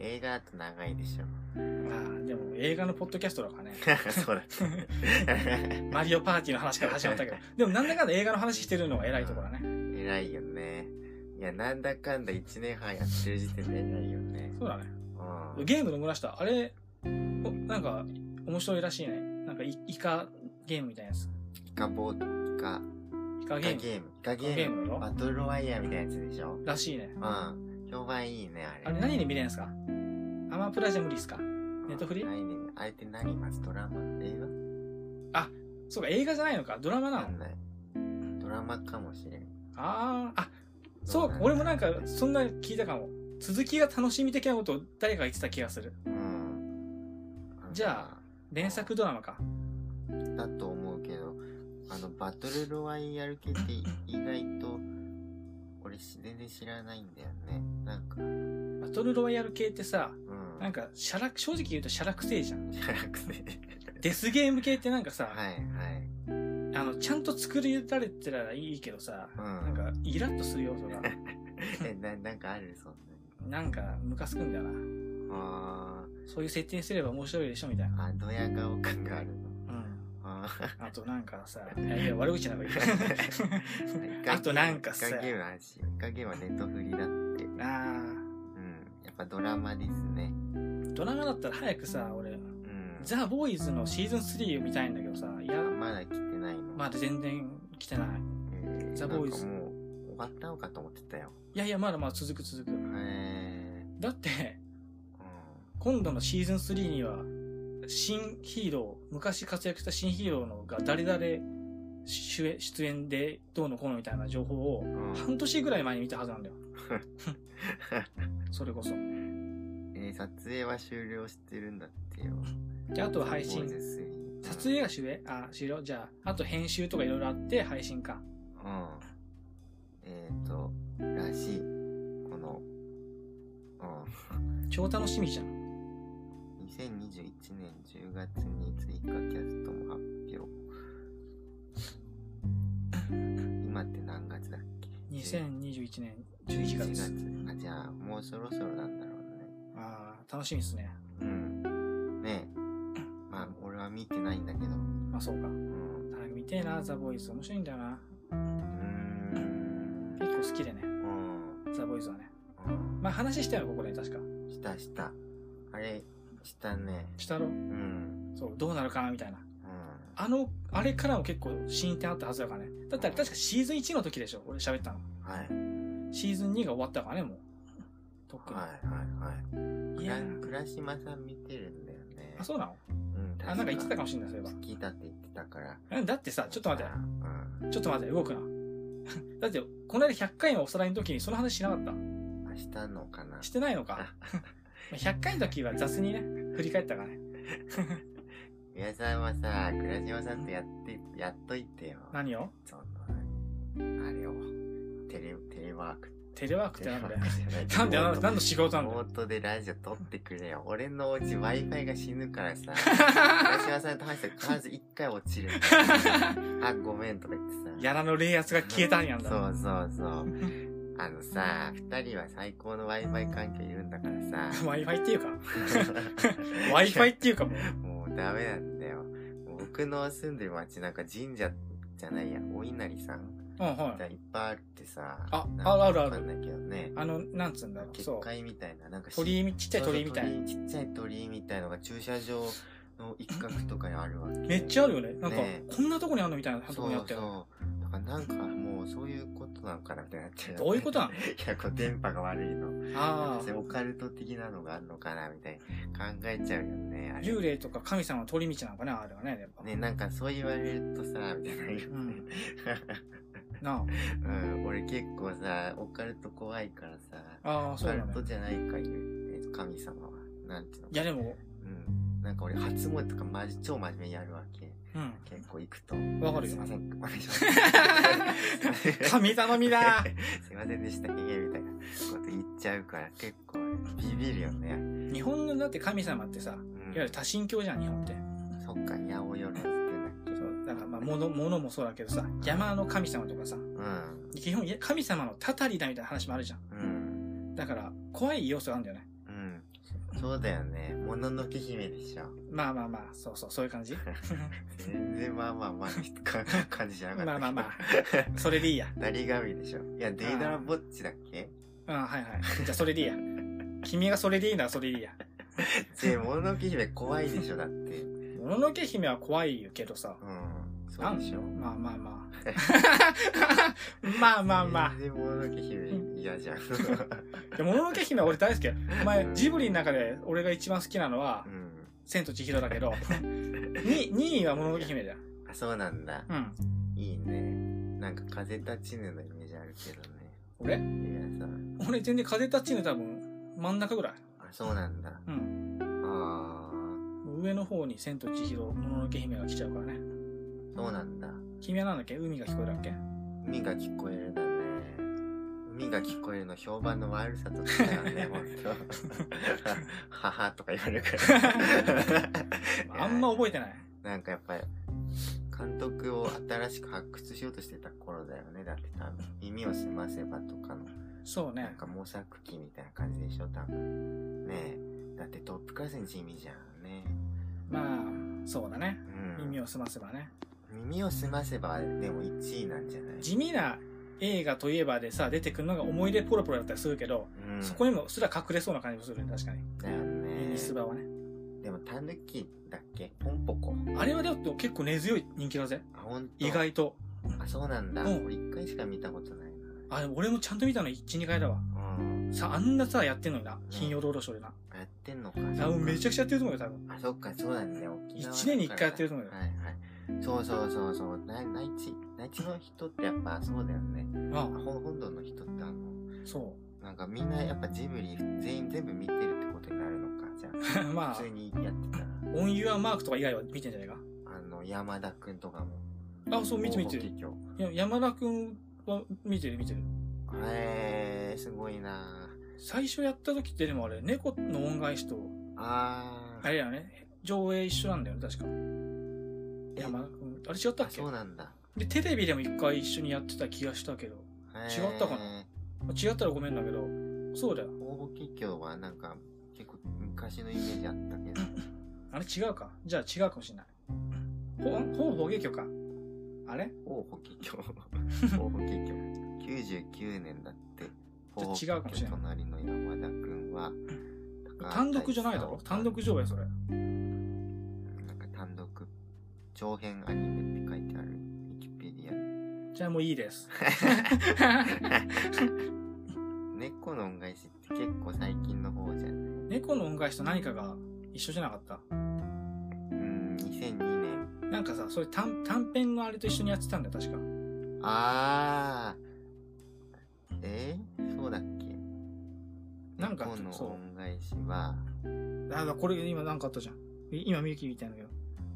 B: 映画だと長いでしょ。
A: ーあー、でも映画のポッドキャストだからね。
B: そうだ。
A: マリオパーティーの話から始まったけど。でもなんだかんだ映画の話してるのが偉いところだね。
B: 偉いよね。いや、なんだかんだ1年半やってる時点で偉いよね。
A: そうだね。
B: うん。
A: ゲームの村下、あれ、おなんか、面白いらしいね。なんかイ、イカゲームみたいなやつ。
B: イカボー、イカ、
A: イカ
B: イ
A: ゲ
B: カ
A: ーム
B: ゲーム。イカゲ
A: イカゲ
B: ー
A: ーム
B: ム。
A: だろ
B: バトルワイヤーみたいなやつでしょ。
A: らしいね。
B: うん。評判いいね、あ
A: あ
B: れ。
A: れ何で見れるんすかアマプラじゃ無理っすかネットフリ
B: 来年あれって何ますドラマ映画
A: そうか、映画じゃないのかドラマな
B: わ
A: の
B: かんない。ドラマかもしれん。
A: ああ、あ、そうか、俺もなんか、そんな聞いたかも。続きが楽しみ的なことを誰かが言ってた気がする。
B: うん。
A: じゃ連作ドラマか。
B: あ。だと思うけど、あの、バトルロワイヤル系って意外と、俺し全然知らないんだよね。なんか、う
A: バトルロワイヤル系ってさ、
B: ん。
A: なんか、しゃらく、正直言うとしゃらくせえじゃん。
B: じゃなくて。
A: デスゲーム系ってなんかさ、
B: はいはい。
A: あの、ちゃんと作りられてたらいいけどさ、
B: うん
A: なんか、イラッとする要素が、
B: え、な、なんかあるそんなに。
A: なんか、ムカつくんだよな。
B: あ
A: そういう設定にすれば面白いでしょみたいな。
B: ー、あ、ドヤ顔感があるの。
A: うん。
B: あ ー
A: あとなんかさ、いやいや、悪口なんか言
B: イカゲー
A: う。
B: ム
A: あとなんかさ
B: イ、カゲームはし、イカゲームはネットフリだって。うん。
A: あ
B: やっぱドラマですね。
A: ードラマだったら早くさ、俺、
B: うん。
A: ザ・ボーイズのシーズン3を見たいんだけどさ、いや、
B: まだ来てないの。
A: まだ全然来てない。
B: えー
A: ザボーイズ
B: なんかもう終わったのかと思ってたよ。
A: いやいや、まだまだ続く続く。
B: え
A: だって、
B: ー、う
A: 今度のシーズン3には、新ヒーロー、昔活躍した新ヒーローのが誰々主演出演でどうのこうのみたいな情報を
B: ん。うん
A: 半年ぐらい前に見たはずなんだよ。それこそ。
B: えー撮影は終了してるんだってよ。
A: で、あとは配信
B: ボーイ。ズ3
A: 撮影が主演あ、終了じゃあ、あと編集とかいろいろあって配信か。
B: うん。えっ、ー、と、らしい。この、
A: 超楽しみじゃん。
B: うん。2021年10月に追加キャストも発表。 今って何月だっけ
A: 2021年11月。
B: あ、じゃあ、もうそろそろなんだろうね。
A: ああ、楽しみっすね。
B: うん。ねえ。まあ、俺は見てないんだけど。
A: まあそうか。
B: うん。
A: あ見てえな、ザ・ボーイズ。面白いんだよな。
B: うーん。
A: 結構好きでね、
B: うん。
A: ザ・ボーイズはね。
B: うん
A: まあ話したよ、ここで確か。
B: したした。あれ、したね。
A: したろ
B: うん。
A: そう、どうなるかなみたいな。
B: うん。
A: あの、あれからも結構進展あったはずだからね。だったら確かシーズン1の時でしょ、俺喋ったの。
B: はい。
A: シーズン2が終わったからね、もう。とっくに。
B: はいはいはい。
A: い
B: く
A: や
B: ら
A: ー
B: 倉島さん見てるんだよね。
A: あ、そうなの
B: うん。
A: あ、なんか言ってた
B: も
A: かもしれない、そういえ
B: 聞いたって言ってたから。
A: ば。えだってさ、ちょっと待って
B: う、ん。
A: ちょっと待って、動くな。 だって、この間100回のおさらいの時にその話しなかった
B: 明日のかな。
A: してないのか ?100 回の時は雑にね、振り返ったからね。
B: 皆さんはさ、倉島さんとやって、やっといてよ。
A: 何を
B: その、あれを、テレ、テレワーク。
A: テレワークってなんだよ。
B: な
A: なんでなん何の仕事なんだ
B: リモ
A: よ。
B: ートでラジオ撮ってくれよ。俺のうち Wi-Fi が死ぬからさ。私はさんと話して必ず一回落ちるんだよ。あ、ごめんとか言ってさ。
A: やらの冷圧が消えたんやん
B: そ
A: だ。
B: うそうそう。あのさ、二人は最高の Wi-Fi 環境いるんだからさ。
A: Wi-Fi っていうか、Wi-Fi っていうかもう、
B: もうダメなんだよ。僕の住んでる町なんか神社じゃないや、お稲荷さん
A: うん、は
B: が
A: い。
B: いっぱいあるってさ。
A: あ
B: なんか
A: あるある
B: わかんないけどね。
A: あの、なんつうんだろう、
B: 結
A: そう。
B: 界みたいな、なんかし
A: 鳥居み、ちっちゃい鳥居みたいな。
B: な。ちっちゃい鳥居みたいのが駐車場の一角とかにあるわけ。
A: めっちゃあるよね。なんか
B: ね、
A: こんなとこにあんのみたいなと
B: そ
A: こ
B: う
A: にあ
B: そう。
A: った
B: だ
A: よ。
B: からなんかもうそういうことなのかなってなっちゃうよね。
A: どういうことな の
B: いや、こう電波が悪いの。
A: あ
B: そういうオカルト的なのがあるのかなみたいな考えちゃうよね。あ
A: あ。
B: れ
A: 幽霊とか神様の通り道なのかね、あれはね、やっぱ。
B: ね、なんかそう言われるとさ、みたいな言うよね。
A: な
B: うん、俺結構さ、オカルト怖いからさ、
A: あ。ああ、
B: オ
A: そ
B: カ
A: う
B: ル
A: だね
B: ト。じゃないか言う、ね、神様は。なんていうの
A: いやでも、
B: うん。なんか俺初詣とかマジ超真面目にやるわけ。
A: うん。
B: 結構行くと。
A: わかるよ
B: すいません、お願いします。
A: 神頼みだ
B: すいませんでした、ひげみたいなこと言っちゃうから、結構ビビるよね。うん
A: 日本のだって神様ってさ、いわゆる多神教じゃん、日本って。
B: そっか、八百万って言うんだっ
A: そうなんかまあ物物もそうだけどさ山の神様とかさ
B: け。うん。
A: 基本神様のたたりだみたいな話もあるじゃ
B: うん。
A: んだから怖い要素があるんだよね
B: うん。そうだよね。もののけ姫でしょ。
A: まあまあまあそうそうそういう感じ
B: 全然まあまあまあ、 か感じじゃなかった。
A: まあまあまあ。それでいいや
B: ダリガミでしょ。いや、デイダラぼっちだっけ
A: うんはいはいじゃあそれでいいや君がそれでいいならそれでいいや
B: で、もののけ姫怖いでしょ、だって。うん。
A: もののけ姫は怖いけどさ
B: そうでしょ。
A: まあまあまあまあまあま
B: 全然もののけ姫嫌 じゃん。
A: あでもののけ姫は俺大好きよお前ジブリの中で俺が一番好きなのは
B: うん。
A: 「千と千尋」だけどに2位はもののけ姫だよ
B: あ、そうなんだ。
A: うん
B: いいね。なんか風立ちぬのイメージあるけどね。
A: 俺
B: いやさん。
A: 俺全然風立ちぬ多分真ん中ぐらい。
B: あ、そうなんだ。
A: うん。
B: あ
A: 上の方に千と千尋、もののけ姫が来ちゃうからね。
B: ー、そうなんだ。
A: 君はなんだっけ海が聞こえるだっけ
B: 海が聞こえるだね。海が聞こえるの評判の悪さとかだよ ね、ほんと。 母とか言われるから。
A: あんま覚えてない。
B: なんかやっぱり、監督を新しく発掘しようとしてた頃だよね。だって多分、耳を澄ませばとかの、
A: そう
B: なん
A: ね。
B: か模索期みたいな感じでしょ、多分。ねえ。だってトップクラスに地味じゃんね。
A: まあ、そうだね
B: う。ん。
A: 耳を澄ませばね。
B: 耳を澄ませば、でも1位なんじゃない、
A: 地味な映画といえばでさ、出てくるのが思い出ポロポロだったりするけど、
B: うん、
A: そこにもうっすら隠れそうな感じもするね、確かに。
B: だよね
A: ミ。スバはね。
B: でも、タヌキだっけポンポコ。
A: あれはでも結構根強い人気だぜ。
B: あ、ほんと
A: 意。外と。
B: あ、そうなんだ。
A: うん
B: 俺1回しか見たことないな。
A: あ、でも俺もちゃんと見たの1、2回だわ。
B: うん。
A: さ、あんなさ、やってんのにな。金曜ロードショーでな。
B: やってんのか。
A: あ、もうめちゃくちゃやってると思うよ、多分。
B: あ、そっか、そうだね。沖縄
A: 一年に一回やってると思うよ
B: はいはい。そうそうそうそう。な内地、内地の人ってやっぱそうだよね。
A: あ
B: あ、ほ本土の人ってあの、
A: そ
B: なんかみんなやっぱジブリ全員全部見てるってことになるのか。じゃ
A: う。
B: あ、
A: ま
B: 普通
A: あ、
B: にやってたら、
A: オンユアマークとか以外は見てんじゃないか
B: あの、山田くんとかも。
A: あ、そう、見て見てる。
B: 結局。
A: いや山田くんは見てる見てる。
B: へえー、すごいな
A: 最初やった時ってでもあれ、猫の恩返しと、
B: あ
A: あ
B: ー。
A: れだよね、上映一緒なんだよね、確か。
B: え
A: 山田くん、あれ違ったっ
B: あ、
A: け
B: そうなんだ。
A: で、テレビでも一回一緒にやってた気がしたけど、違ったか
B: な
A: まあ違ったらごめんだけど、そうだよ。
B: 応募企業はなんか結構昔のイメージあったけど。
A: あれ違うかじゃあ違うかもしれない。ほ、ほう、芸協か。あれ
B: ほうほき きょう。ほうほききょう。99年だって。
A: じゃあ違うかもしれない
B: 隣の山田くんは、
A: 単独じゃないだろ単独上映それ。
B: なんか単独、長編アニメって書いてある。ウィキペディ
A: じゃあもうい いです。
B: ア。猫の恩返しって結構最近の方じゃない
A: 猫の恩返しと何かが一緒じゃなかった
B: うん、2002年。
A: なんかさ、それ短短編のあれと一緒にやってたんだよ、確か。
B: あー。えー、そうだっけ
A: なんか
B: 猫の
A: そう
B: 恩返しは、
A: あ、だからこれ今なんかあったじゃん。い今ミユキみたいなのよ。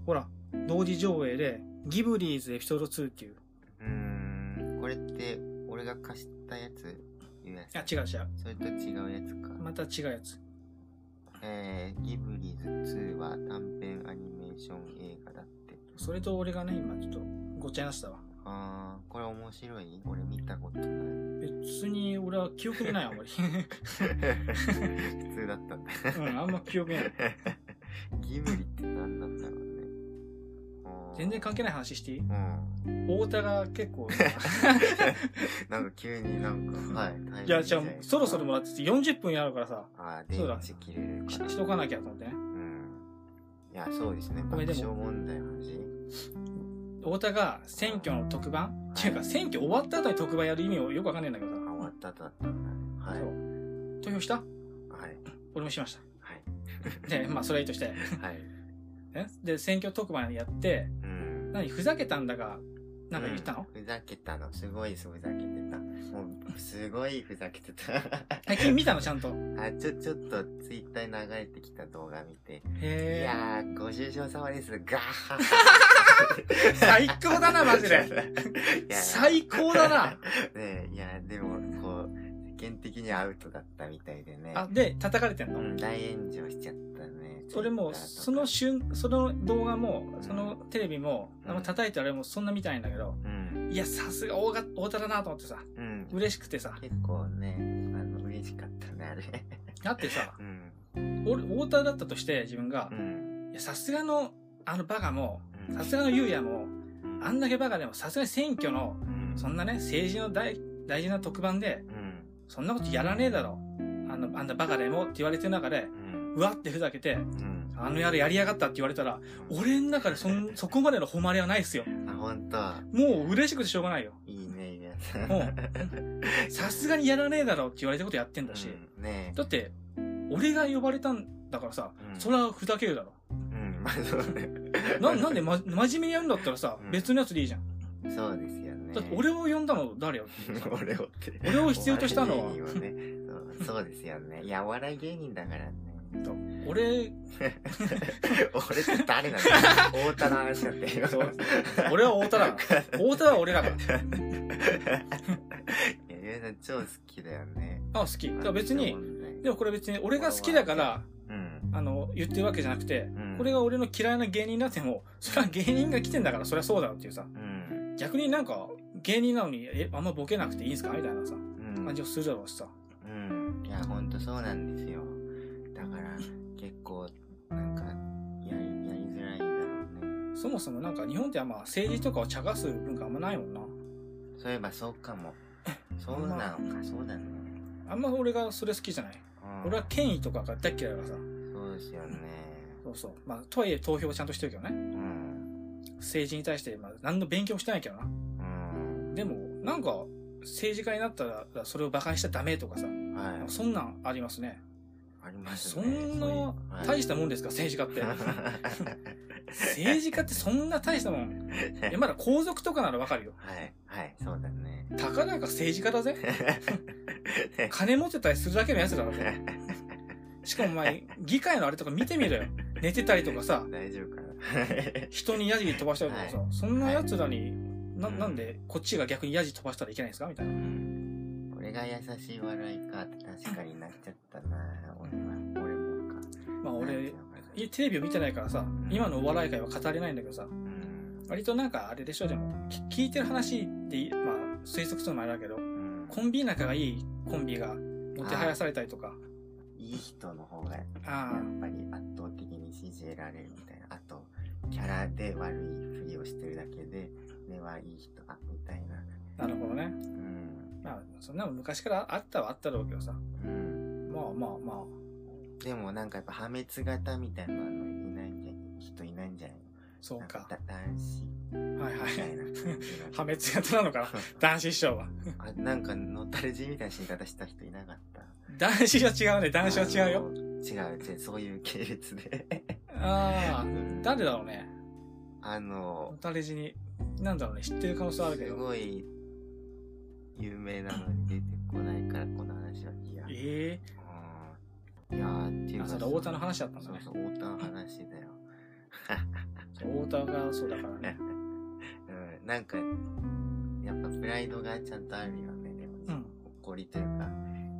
A: ほら、同時上映で、ギブリーズエピソード2っていう。
B: うーん、これって、俺が貸したやついうやつ
A: あ、違う違う。
B: それと違うやつか。
A: また違うやつ。
B: えー、ギブリーズ2は短編アニメーション映画だって。
A: それと俺がね、今ちょっとごっちゃいなしたわ。
B: あー、これ面白い俺見たことない。
A: 別に俺は記憶にないあんまり。
B: 普通だったんだ。
A: うん、あんま記憶にない。
B: ギブリって何なんだろうね。あー
A: 全然関係ない話していい
B: うん。
A: 太田が結構、
B: なんか急になんか、はい。
A: いや、じゃあそろそろもらってて40分やるからさ、
B: あー、電池切れる
A: し
B: から。
A: しとかなきゃと思ってね。
B: うん。いや、そうですね。
A: ご
B: 爆
A: めんで
B: 笑
A: も
B: 問題の話。
A: 太田が選挙の特番っていうか、選挙終わった後に特番やる意味をよくわかんないんだけどさ
B: あ、。終わった後だったんだね。はい
A: そ。う投票した
B: はい。
A: 俺もしまし
B: はい。
A: た。で、まあそれはいいとして。
B: はい。
A: ねで、選挙特番やって、
B: うん。
A: 何、ふざけたんだが、なんか言ったの、
B: うんふざけたの。すごいふざけてた。もう、すごいふざけてた。
A: 最近見たのちゃんと。
B: あ、ちょ、ちょっと、ツイッターに流れてきた動画見て。 い
A: へえ。
B: やー、ご愁傷様です。ガー
A: 最高だな、マジで。。
B: いや
A: 最高 だな。
B: ねえいや、でも、こう、世間的にアウトだったみたいでね。
A: あ、で、叩かれてん
B: う
A: の
B: ん、大炎上しちゃったね。
A: それ
B: Twitter
A: も、
B: とか
A: その瞬、その動画も
B: う、ん
A: そのテレビも、
B: うん
A: あの叩いてあれもそんな見たいんだけど、
B: うん、
A: いや、さすが大が大田だなと思ってさ、
B: うん。
A: 嬉しくてさ。
B: 結構ね、あの、嬉しかったね、あれ。
A: だってさ、
B: うん。
A: 俺、大田だったとして、自分が
B: う、ん。
A: いや、さすがの、あのバカも、
B: うん
A: さすがの優也も、
B: うん
A: あんだけバカでも、さすがに選挙の、
B: うん。
A: そんなね、政治の大、大事な特番で、
B: うん。
A: そんなことやらねえだろ。あの、あんたバカでもって言われてる中で、
B: うん。
A: うわってふざけて、
B: うん。
A: あの野郎やりやがったって言われたら、俺の中でそん、 そこまでの誉れはないっすよ。
B: あ、ほんと。
A: もう嬉しくてしょうがないよ。
B: いいね、いいね。
A: うん さすがにやらねえだろって言われたことやってんだし。
B: うんね
A: だって、俺が呼ばれたんだからさ、
B: うん
A: それはふざけるだろ。
B: うん、まあそうね。
A: な、なんで、ま、真面目にやるんだったらさ
B: う、ん
A: 別のやつでいいじゃん。
B: そうですよね。
A: だって俺を呼んだの誰よっていうさ
B: 俺をって。
A: 俺を必要としたのは
B: お笑い芸人はねそうそうですよね。いや、お笑い芸人だからね。
A: 俺、
B: 俺って誰なの 太田の話だって。
A: そう俺は太田だから。太田は俺だから。
B: いや、ゆうさん超好きだよね。
A: あ、好き。だから別に、で
B: う
A: もこれ別に俺が好きだから、
B: ん。
A: あの、言ってるわけじゃなくて、
B: うん
A: これが俺の嫌いな芸人になっても、それは芸人が来てんだから、それはそうだろうっていうさ、
B: うん。
A: 逆になんか、芸人なのに、え、あんまボケなくていいんすかみたいなさ、
B: うん
A: 感じをするだろうしさ。
B: うん。いや、ほんとそうなんですよ。だから、結構、なんか、やり、やりづらいんだろうね。
A: そもそもなんか日本ってあんま政治とかを茶化す文化あんまないもんな。
B: そういえばそうかも。そうなのか、そうだね。
A: あんま俺がそれ好きじゃない。
B: うん
A: 俺は権威とかが大っ嫌いだからさ。
B: そうですよね。
A: そうそう。まあ、とはいえ投票をちゃんとしてるけど
B: う
A: ね。
B: ん。
A: 政治に対して、まあ、何の勉強もしてないけどな。
B: うん。
A: でも、なんか、政治家になったら、それを馬鹿にしちゃダメとかさ。
B: はい
A: なんか。そんなんありますね。
B: あります
A: そ
B: ね。
A: ん
B: そういう
A: な
B: はい
A: 大したもんですか、政治家って。政治家ってそんな大したもん。いや、まだ皇族とかならわかるよ。
B: はい、はい、そうだね。
A: たかだか政治家 だぜ。金持ってたりするだけのやつだろ。しかもお前、議会のあれとか見てみろよ。寝てたりとかさ、
B: 大丈夫 かな。
A: 人にヤジ飛ばしたりとかさ、
B: は
A: そんな奴らに、な、
B: うん
A: なんで、こっちが逆にヤジ飛ばしたらいけないんですかみたいな。
B: これが優しい笑いかって確かになっちゃったな。俺は、俺もか。
A: まあ
B: なんて
A: 俺
B: いう、のかない
A: テレビを見てないからさ、今のお笑い界は語れないんだけどさ、
B: うん
A: 割となんかあれでしょ、でも、き聞いてる話で、まあ、推測するのもあれだけど、
B: うん
A: コンビ仲がいいコンビがもてはやされたりとか、
B: いい人の方がやっ
A: あ
B: ぱり圧倒的に支持得られるみたいな。あと、キャラで悪いふりをしてるだけで、根はいい人かみたいな。
A: あ、なるほどね。
B: うん。
A: まあ、そんなの昔からあったはあったろうけどさ、
B: うん
A: まあまあまあ、
B: でもなんかやっぱ破滅型みたいなのいないんじゃない人いないんじゃない
A: そう
B: なん
A: か。
B: だ男子
A: はいは
B: みたい
A: い。
B: な感じの
A: 破滅型なのかな男子師匠は。
B: あなんかノタルジーみたいな死に方した人いなかった
A: 男子は違うね。男子は違う
B: あ
A: よ。
B: の違う違うそういう系列で
A: ああ
B: うん
A: ー、誰だろうね。
B: あの
A: タレジに、なんだろうね。知ってる可能性はあるけ
B: す
A: ど。
B: ごい有名なのに出てこないからこの話はいや
A: え
B: うんいやーって
A: え
B: いう
A: あ、
B: か
A: そうだ、太田の話だったんだ
B: そう
A: ね。
B: そう太田の話だよ
A: そう太田がそうだからね。
B: うん、なんか、やっぱプライドがちゃんとあるよね、でも、
A: うん
B: 誇りというか、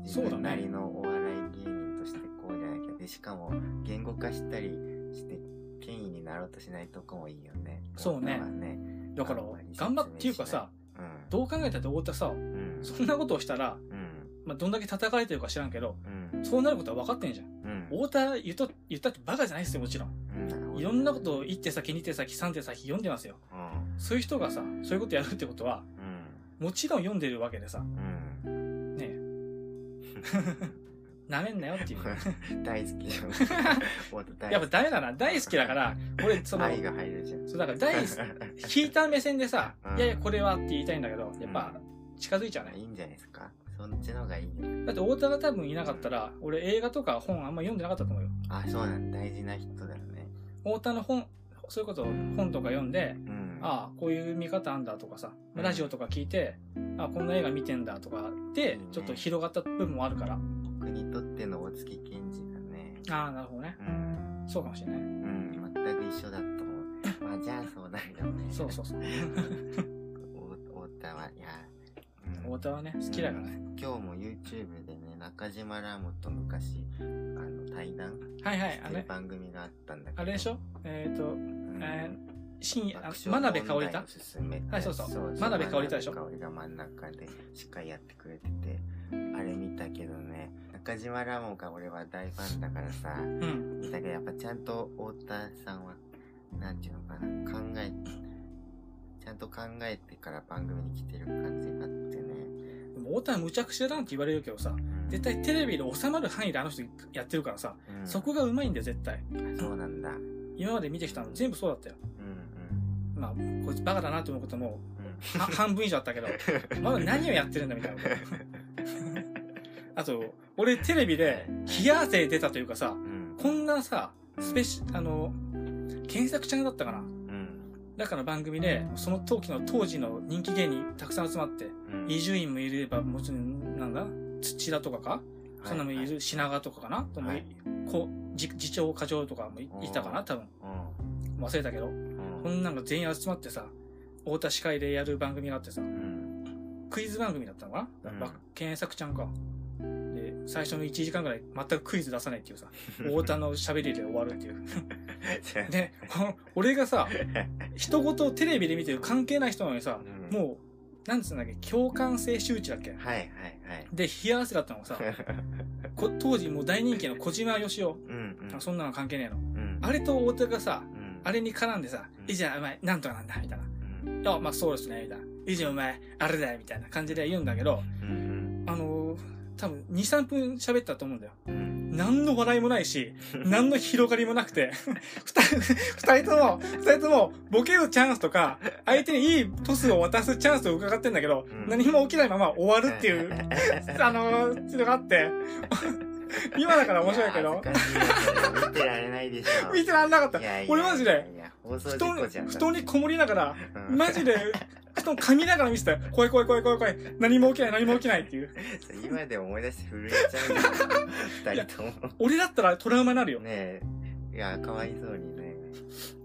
B: 自
A: そうだね
B: 分なりのお笑い芸人としてこうじゃなきゃ。で、しかも言語化したりして、権威になろうとしないとこもいいよね。
A: そうね
B: 僕はね
A: だか
B: あ
A: ら
B: んまり、説明
A: 頑張っていうか
B: しない
A: さ、
B: うん。
A: どう考えたって太田さ、
B: うん。
A: そんなことをしたら、
B: うん。
A: まあ、どんだけ叩かれてるか知らんけど、
B: うん。
A: そうなることは分かってんじゃん。
B: うん。
A: 太田言った言ったってバカじゃないですよ、もちろん。
B: うん
A: いろんなことを1手先、2手先、3手先読んでますよ。
B: うん。
A: そういう人がさ、そういうことやるってことは、
B: うん。
A: もちろん読んでるわけでさ、
B: うん。
A: ねえ。なめんなよっていう。
B: 大好き じゃん。本当大
A: や
B: 好
A: っ
B: き
A: ぱダメだな。大好きだから、俺、その、
B: 愛が入るじゃん。
A: そうだから大好き、引いた目線でさ
B: う、ん
A: いやいや、これはって言いたいんだけど、やっぱ
B: う、
A: 近づいちゃうね
B: いい。んじゃないですかそっちの方がいいよ。
A: だって、太田が多分いなかったら、俺映画とか本あんま読んでなかったと思うよ。
B: あ、そうなんだ。大事な人だよね。
A: 太田の本、そういうこと、本とか読んで、
B: うん。
A: ああ、こういう見方あんだとかさ、
B: うん
A: ラジオとか聞いて、ああ、こんな映画見てんだとかで、ちょっと広がった部分もあるから。
B: 僕にとっての大月健二だね。
A: ああ、なるほどね。
B: うん。
A: そうかもしれない。
B: うん。全く一緒だと思う。まあ、じゃあそうなるよね。
A: そうそうそう。
B: お太田は、いや、うん
A: 太田はね、好きだからね。
B: 今日も YouTube でね、中島ラモと昔、あの、対談し
A: はいはい、あ
B: てる
A: れ、
B: 番組があったんだけど。
A: あれでしょえっ、と、
B: うん
A: え深夜、あ
B: 爆笑
A: 真鍋かおり
B: 問題
A: た
B: を進めて
A: はいそうそう真鍋かおりたでしょ
B: 真鍋かおりが真ん中でしっかりやってくれてて、あれ見たけどね、中島ラモンが俺は大ファンだからさ、
A: うん。
B: 見たけどやっぱちゃんと太田さんは、なんていうのかな、考え、ちゃんと考えてから番組に来てる感じがあってね。
A: でも太田は無茶苦茶だなんて言われるけどさ、絶対テレビで収まる範囲であの人やってるからさ、
B: うん、
A: そこがうまいんだよ、絶対。
B: あそうなんだ。うん
A: 今まで見てきたの全部そうだったよ。
B: うん。
A: まあ、こいつバカだなと思うことも、
B: うん
A: は半分以上あったけど、まだ何をやってるんだみたいなこと。あと、俺テレビで、冷や汗出たというかさ、
B: うん
A: こんなさ、スペシ、あの、検索ちゃんだったかな
B: うん
A: だから番組で、その当期の当時の人気芸人たくさん集まって、
B: うん
A: 伊集院もいれば、もちろん、なんだ土田とかかそんなのもい
B: はい
A: る、品川とかかなとも、
B: はい
A: こう、じ次長課長とかもいいたかな多分。忘れたけど。
B: うん
A: こんなんが全員集まってさ、太田司会でやる番組があってさ、
B: うん
A: クイズ番組だったのかな、
B: うん
A: ま検索ちゃんか。で、最初の1時間ぐらい全くクイズ出さないっ ていうさ、太田の喋りで終わるっていう。で、こ俺が さ、人事をテレビで見てる関係ない人なのにさ、
B: うん
A: もう、なんつうんだっけ、共感性周知だっけ
B: はいはいはい。
A: で、冷や汗だったの がさ、こ当時もう大人気の小島よしお。
B: うんうん。
A: あそんなの関係ねえの。
B: うん
A: あれと太田がさ、
B: うん
A: あれに絡んでさ
B: う、ん
A: いいじゃん、お前、なんとかなんだ、みたいな。
B: うん
A: あ、まあそうですね、みたいな。いいじゃん、お前、あれだよ、みたいな感じで言うんだけど、
B: うん
A: あのー多分2、3分喋ったと思うんだよ。
B: うん
A: 何の笑いもない し、何の広がりもなくて、 二人、二人とも、二人とも、ボケるチャンスとか、相手にいいトスを渡すチャンスを伺ってんだけど、
B: うん
A: 何も起きないまま終わるってい う、あのー、っていうのがあって、 今だから面白いけ
B: や
A: ど、
B: 恥ずかしいよそれ見てられないでしょ
A: 見てらんなかった
B: い。やいや
A: 俺マジで
B: いや放送
A: 布
B: 事
A: 団
B: 故じゃん
A: 布団にこもりながら、
B: うん
A: マジで、布団噛みながら見せたよ。怖い怖い怖い怖い怖い。何も起きない何も起きないっていう。
B: 今でも思い出して震えちゃう
A: い
B: よ
A: や
B: 二人 とも
A: 俺だったらトラウマになるよ。
B: ねえいやかわいそうにね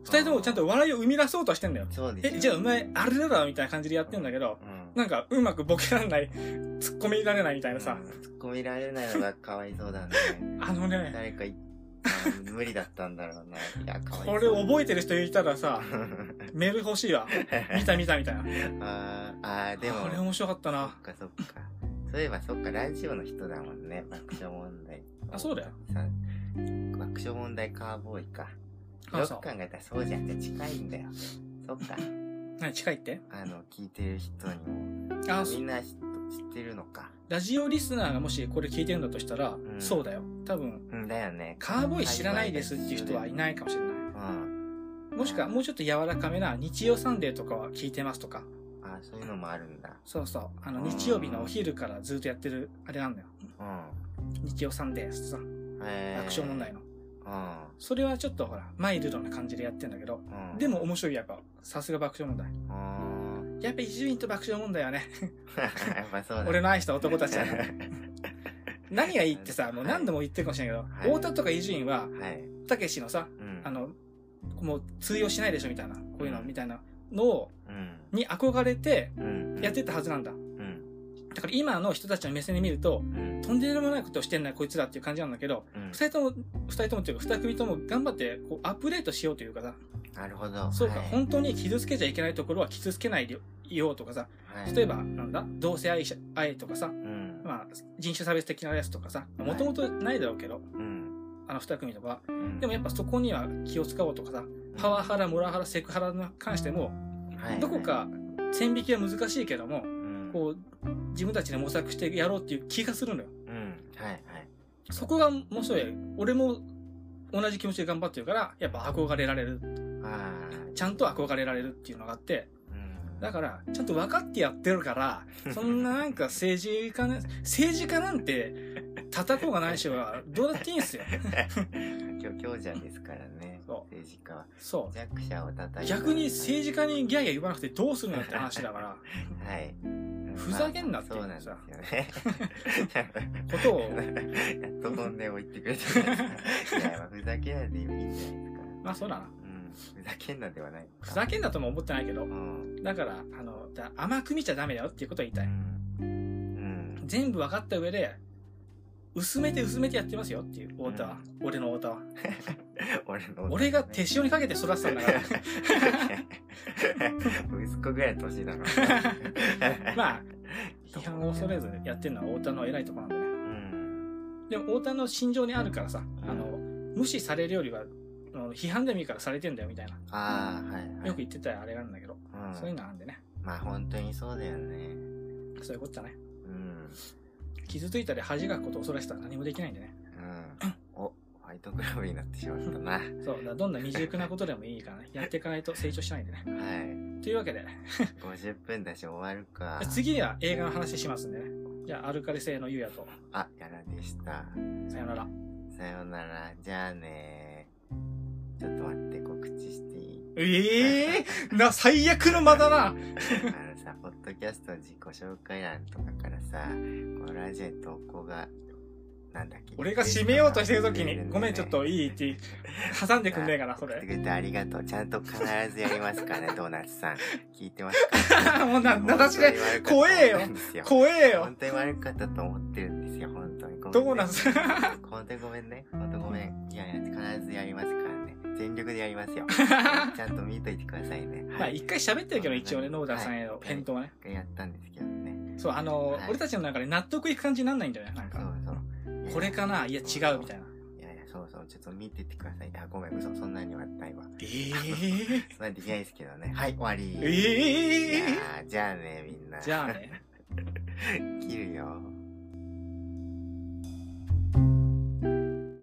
A: 二人ともちゃんと笑いを生み出そうとはしてんだよ。
B: そうでしょ
A: え、じゃあお前、あれだろみたいな感じでやってんだけど、
B: うん
A: なんかうまくボケられない、 突っ込みられないみたいなさ
B: う。ん突っ込みられないのがかわいそうだね
A: あのね、
B: 誰かいあ無理だったんだろうないやかわいそう
A: これ覚えてる人いたらさ、
B: え
A: メール欲し いわ。見た見たみたいな。
B: あーあーでも
A: あれ面白かった
B: そ
A: な
B: っ。かそっか。そういえばそっか、ラジオの人だもんね、爆笑問題。
A: あそうだよ
B: さ。爆笑問題カーボーイか。
A: あ
B: よ
A: そ
B: く
A: う
B: 考えたらそうじゃん、じゃあ近いんだよ。そっか、
A: 何近いって
B: あの、聞いてる人にも。
A: あ、
B: み
A: そうん
B: な知知ってるのか。
A: ラジオリスナーがもしこれ聞いてるんだとしたら、
B: ん
A: そうだよ。多分、
B: うん、だよね。
A: カーボーイ知らないですっていう人はい
B: い。
A: ないかもしれない。
B: うん。
A: もしくはもうちょっと柔らかめな日曜サンデーとかは聞いてますとか。
B: あそういうのもあるんだ。
A: そうそう。あの
B: うん
A: 日曜日のお昼からずっとやってるあれなんだよ。
B: うん。
A: 日曜サンデーさ、
B: えー、
A: アクション問題の。
B: う
A: それはちょっとほら、マイルドな感じでやってんだけど。
B: ん。うん。
A: でも、面白いやっぱ、さすが爆笑問題。
B: うん。
A: やっぱ伊集院と爆笑問題はね、
B: やっぱそうだ、ね。
A: 俺の愛した男たちはね、
B: は
A: 何がいいってさ、もう何度も言ってるかもしれないけど、
B: はい
A: 太田とか伊集院は、
B: い。
A: たけしのさ、
B: うん。
A: あ、の、もう通用しないでしょみたいな、こういうのみたいなのを、
B: うん。
A: に憧れて
B: うん。
A: やってったはずなんだ。
B: うん。
A: だから今の人たちの目線で見ると、
B: うん
A: とんでもないことをしてんな、こいつらっていう感じなんだけど、
B: うん
A: 二人とも、二人ともっていうか、二組とも頑張って、こう、アップデートしようというかさ、
B: なるほど。
A: そうか、
B: はい
A: 本当に傷つけちゃいけないところは傷つけないでようとかさ、
B: はい
A: 例えば、なんだ、同性愛者愛とかさ、
B: うん。
A: まあ、人種差別的なやつとかさ、
B: はい
A: もともとないだろうけど、
B: うん。
A: あの二組とかは。
B: うん
A: でもやっぱそこには気を使おうとかさ、パワハラ、モラハラ、セクハラに関しても、
B: はい
A: どこか線引きは難しいけども、
B: うん
A: こう、自分たちで模索してやろうっていう気がするのよ。
B: うん。はいはい。
A: そこが面白い。俺も同じ気持ちで頑張ってるから、やっぱ憧れられる。
B: あ
A: ちゃんと憧れられるっていうのがあって、だから、ちゃんと分かってやってるから、
B: ら
A: そんななんか政治家ね、政治家なんて、叩こうがないしは、どうだっていいんすよ。
B: 強強者ですからね。
A: そう
B: 政治家は
A: そ
B: 弱者を叩
A: う。
B: いて
A: 逆に政治家にギャーギャー言わなくてどうするのよって話だから、
B: はい。
A: ふざけんなって
B: まあそうなんですよね。
A: こ とを、
B: やっと本音を言ってくれたじゃないですか。いや、まあふざけないでいいんじゃないですか。
A: まあそうだな。
B: うん。ふざけんなではない。
A: ふざけんなとも思ってないけど
B: う、ん。
A: だから、あの、だ甘く見ちゃダメだよっていうことを言いた
B: う
A: い。
B: ん。うん。
A: 全部分かった上で、薄めて薄めてやってますよっていう、太田は。俺の太田は。
B: 俺の、
A: 俺が手塩にかけて育てたん だから。。
B: 息子ぐらいの年だろ
A: まあ、批判を恐れずやってるのは太田の偉いところなんでね。
B: うん。
A: でも太田の心情にあるからさ、あの、無視されるよりは、あの批判でもいいからされてんだよみたいな。
B: ああ、はい、はい。
A: よく言ってたあれなんだけど、
B: うん、
A: そういうのあるんでね。
B: まあ本当にそうだよね。
A: そういうことだね。
B: うん。
A: 傷ついたり恥かくことを恐れてたら何もできないんでね。
B: うん。お、ホワイトクラブになってしまったな。はい。
A: そう、だからどんな未熟なことでもいいからね、やっていかないと成長しないんでね。というわけで、
B: 50分だし終わるか。
A: 次は映画の話しますんでね。じゃあ、アルカリ性のゆうやと、
B: あ、やらでした。
A: さよなら。
B: さよなら。じゃあねちょっと待って、告知していい
A: ええな、最悪の間だな。
B: あのさ、ポッドキャストの自己紹介欄とかからさ、このラジオに投稿が、なんだっけ
A: 俺が締めようとしてる時
B: 出んだよ
A: に、
B: ね
A: ごめん、ちょっといいって、挟んでくんねえかな、そ
B: 送って
A: れ。
B: くれてありがとう。ちゃんと必ずやりますからね、ドーナツ さん。聞いてますか
A: もうな、名指しで、
B: で
A: 怖えよ怖えよ
B: 本。当に悪かったと思ってるんですよ、本当に。ごめんね
A: ドーナツ
B: 本当にごめんね。本当ごめん。いやいや、必ずやりますからね。全力でやります よ。ちゃんと見といてくださいね。
A: まあ、一回喋ってるけど、一応ね、ノーダーさんへ
B: は
A: の
B: い
A: 返答はね。
B: 一回やったんですけどね。
A: そう、あの、
B: はい
A: 俺たちの中で納得いく感じになんないんだよね、なん
B: そう
A: か。
B: そう。
A: これかないや、違う、みたい
B: な。
A: な。
B: いやいや、そうそう。ちょっと見てってください。あ、ごめん、嘘。そんなにはないわ。
A: え
B: そんなにできないですけどね。はい、終わり
A: え。え
B: い
A: え
B: やーじゃあね、みんな。
A: じゃあね。
B: 切るよ。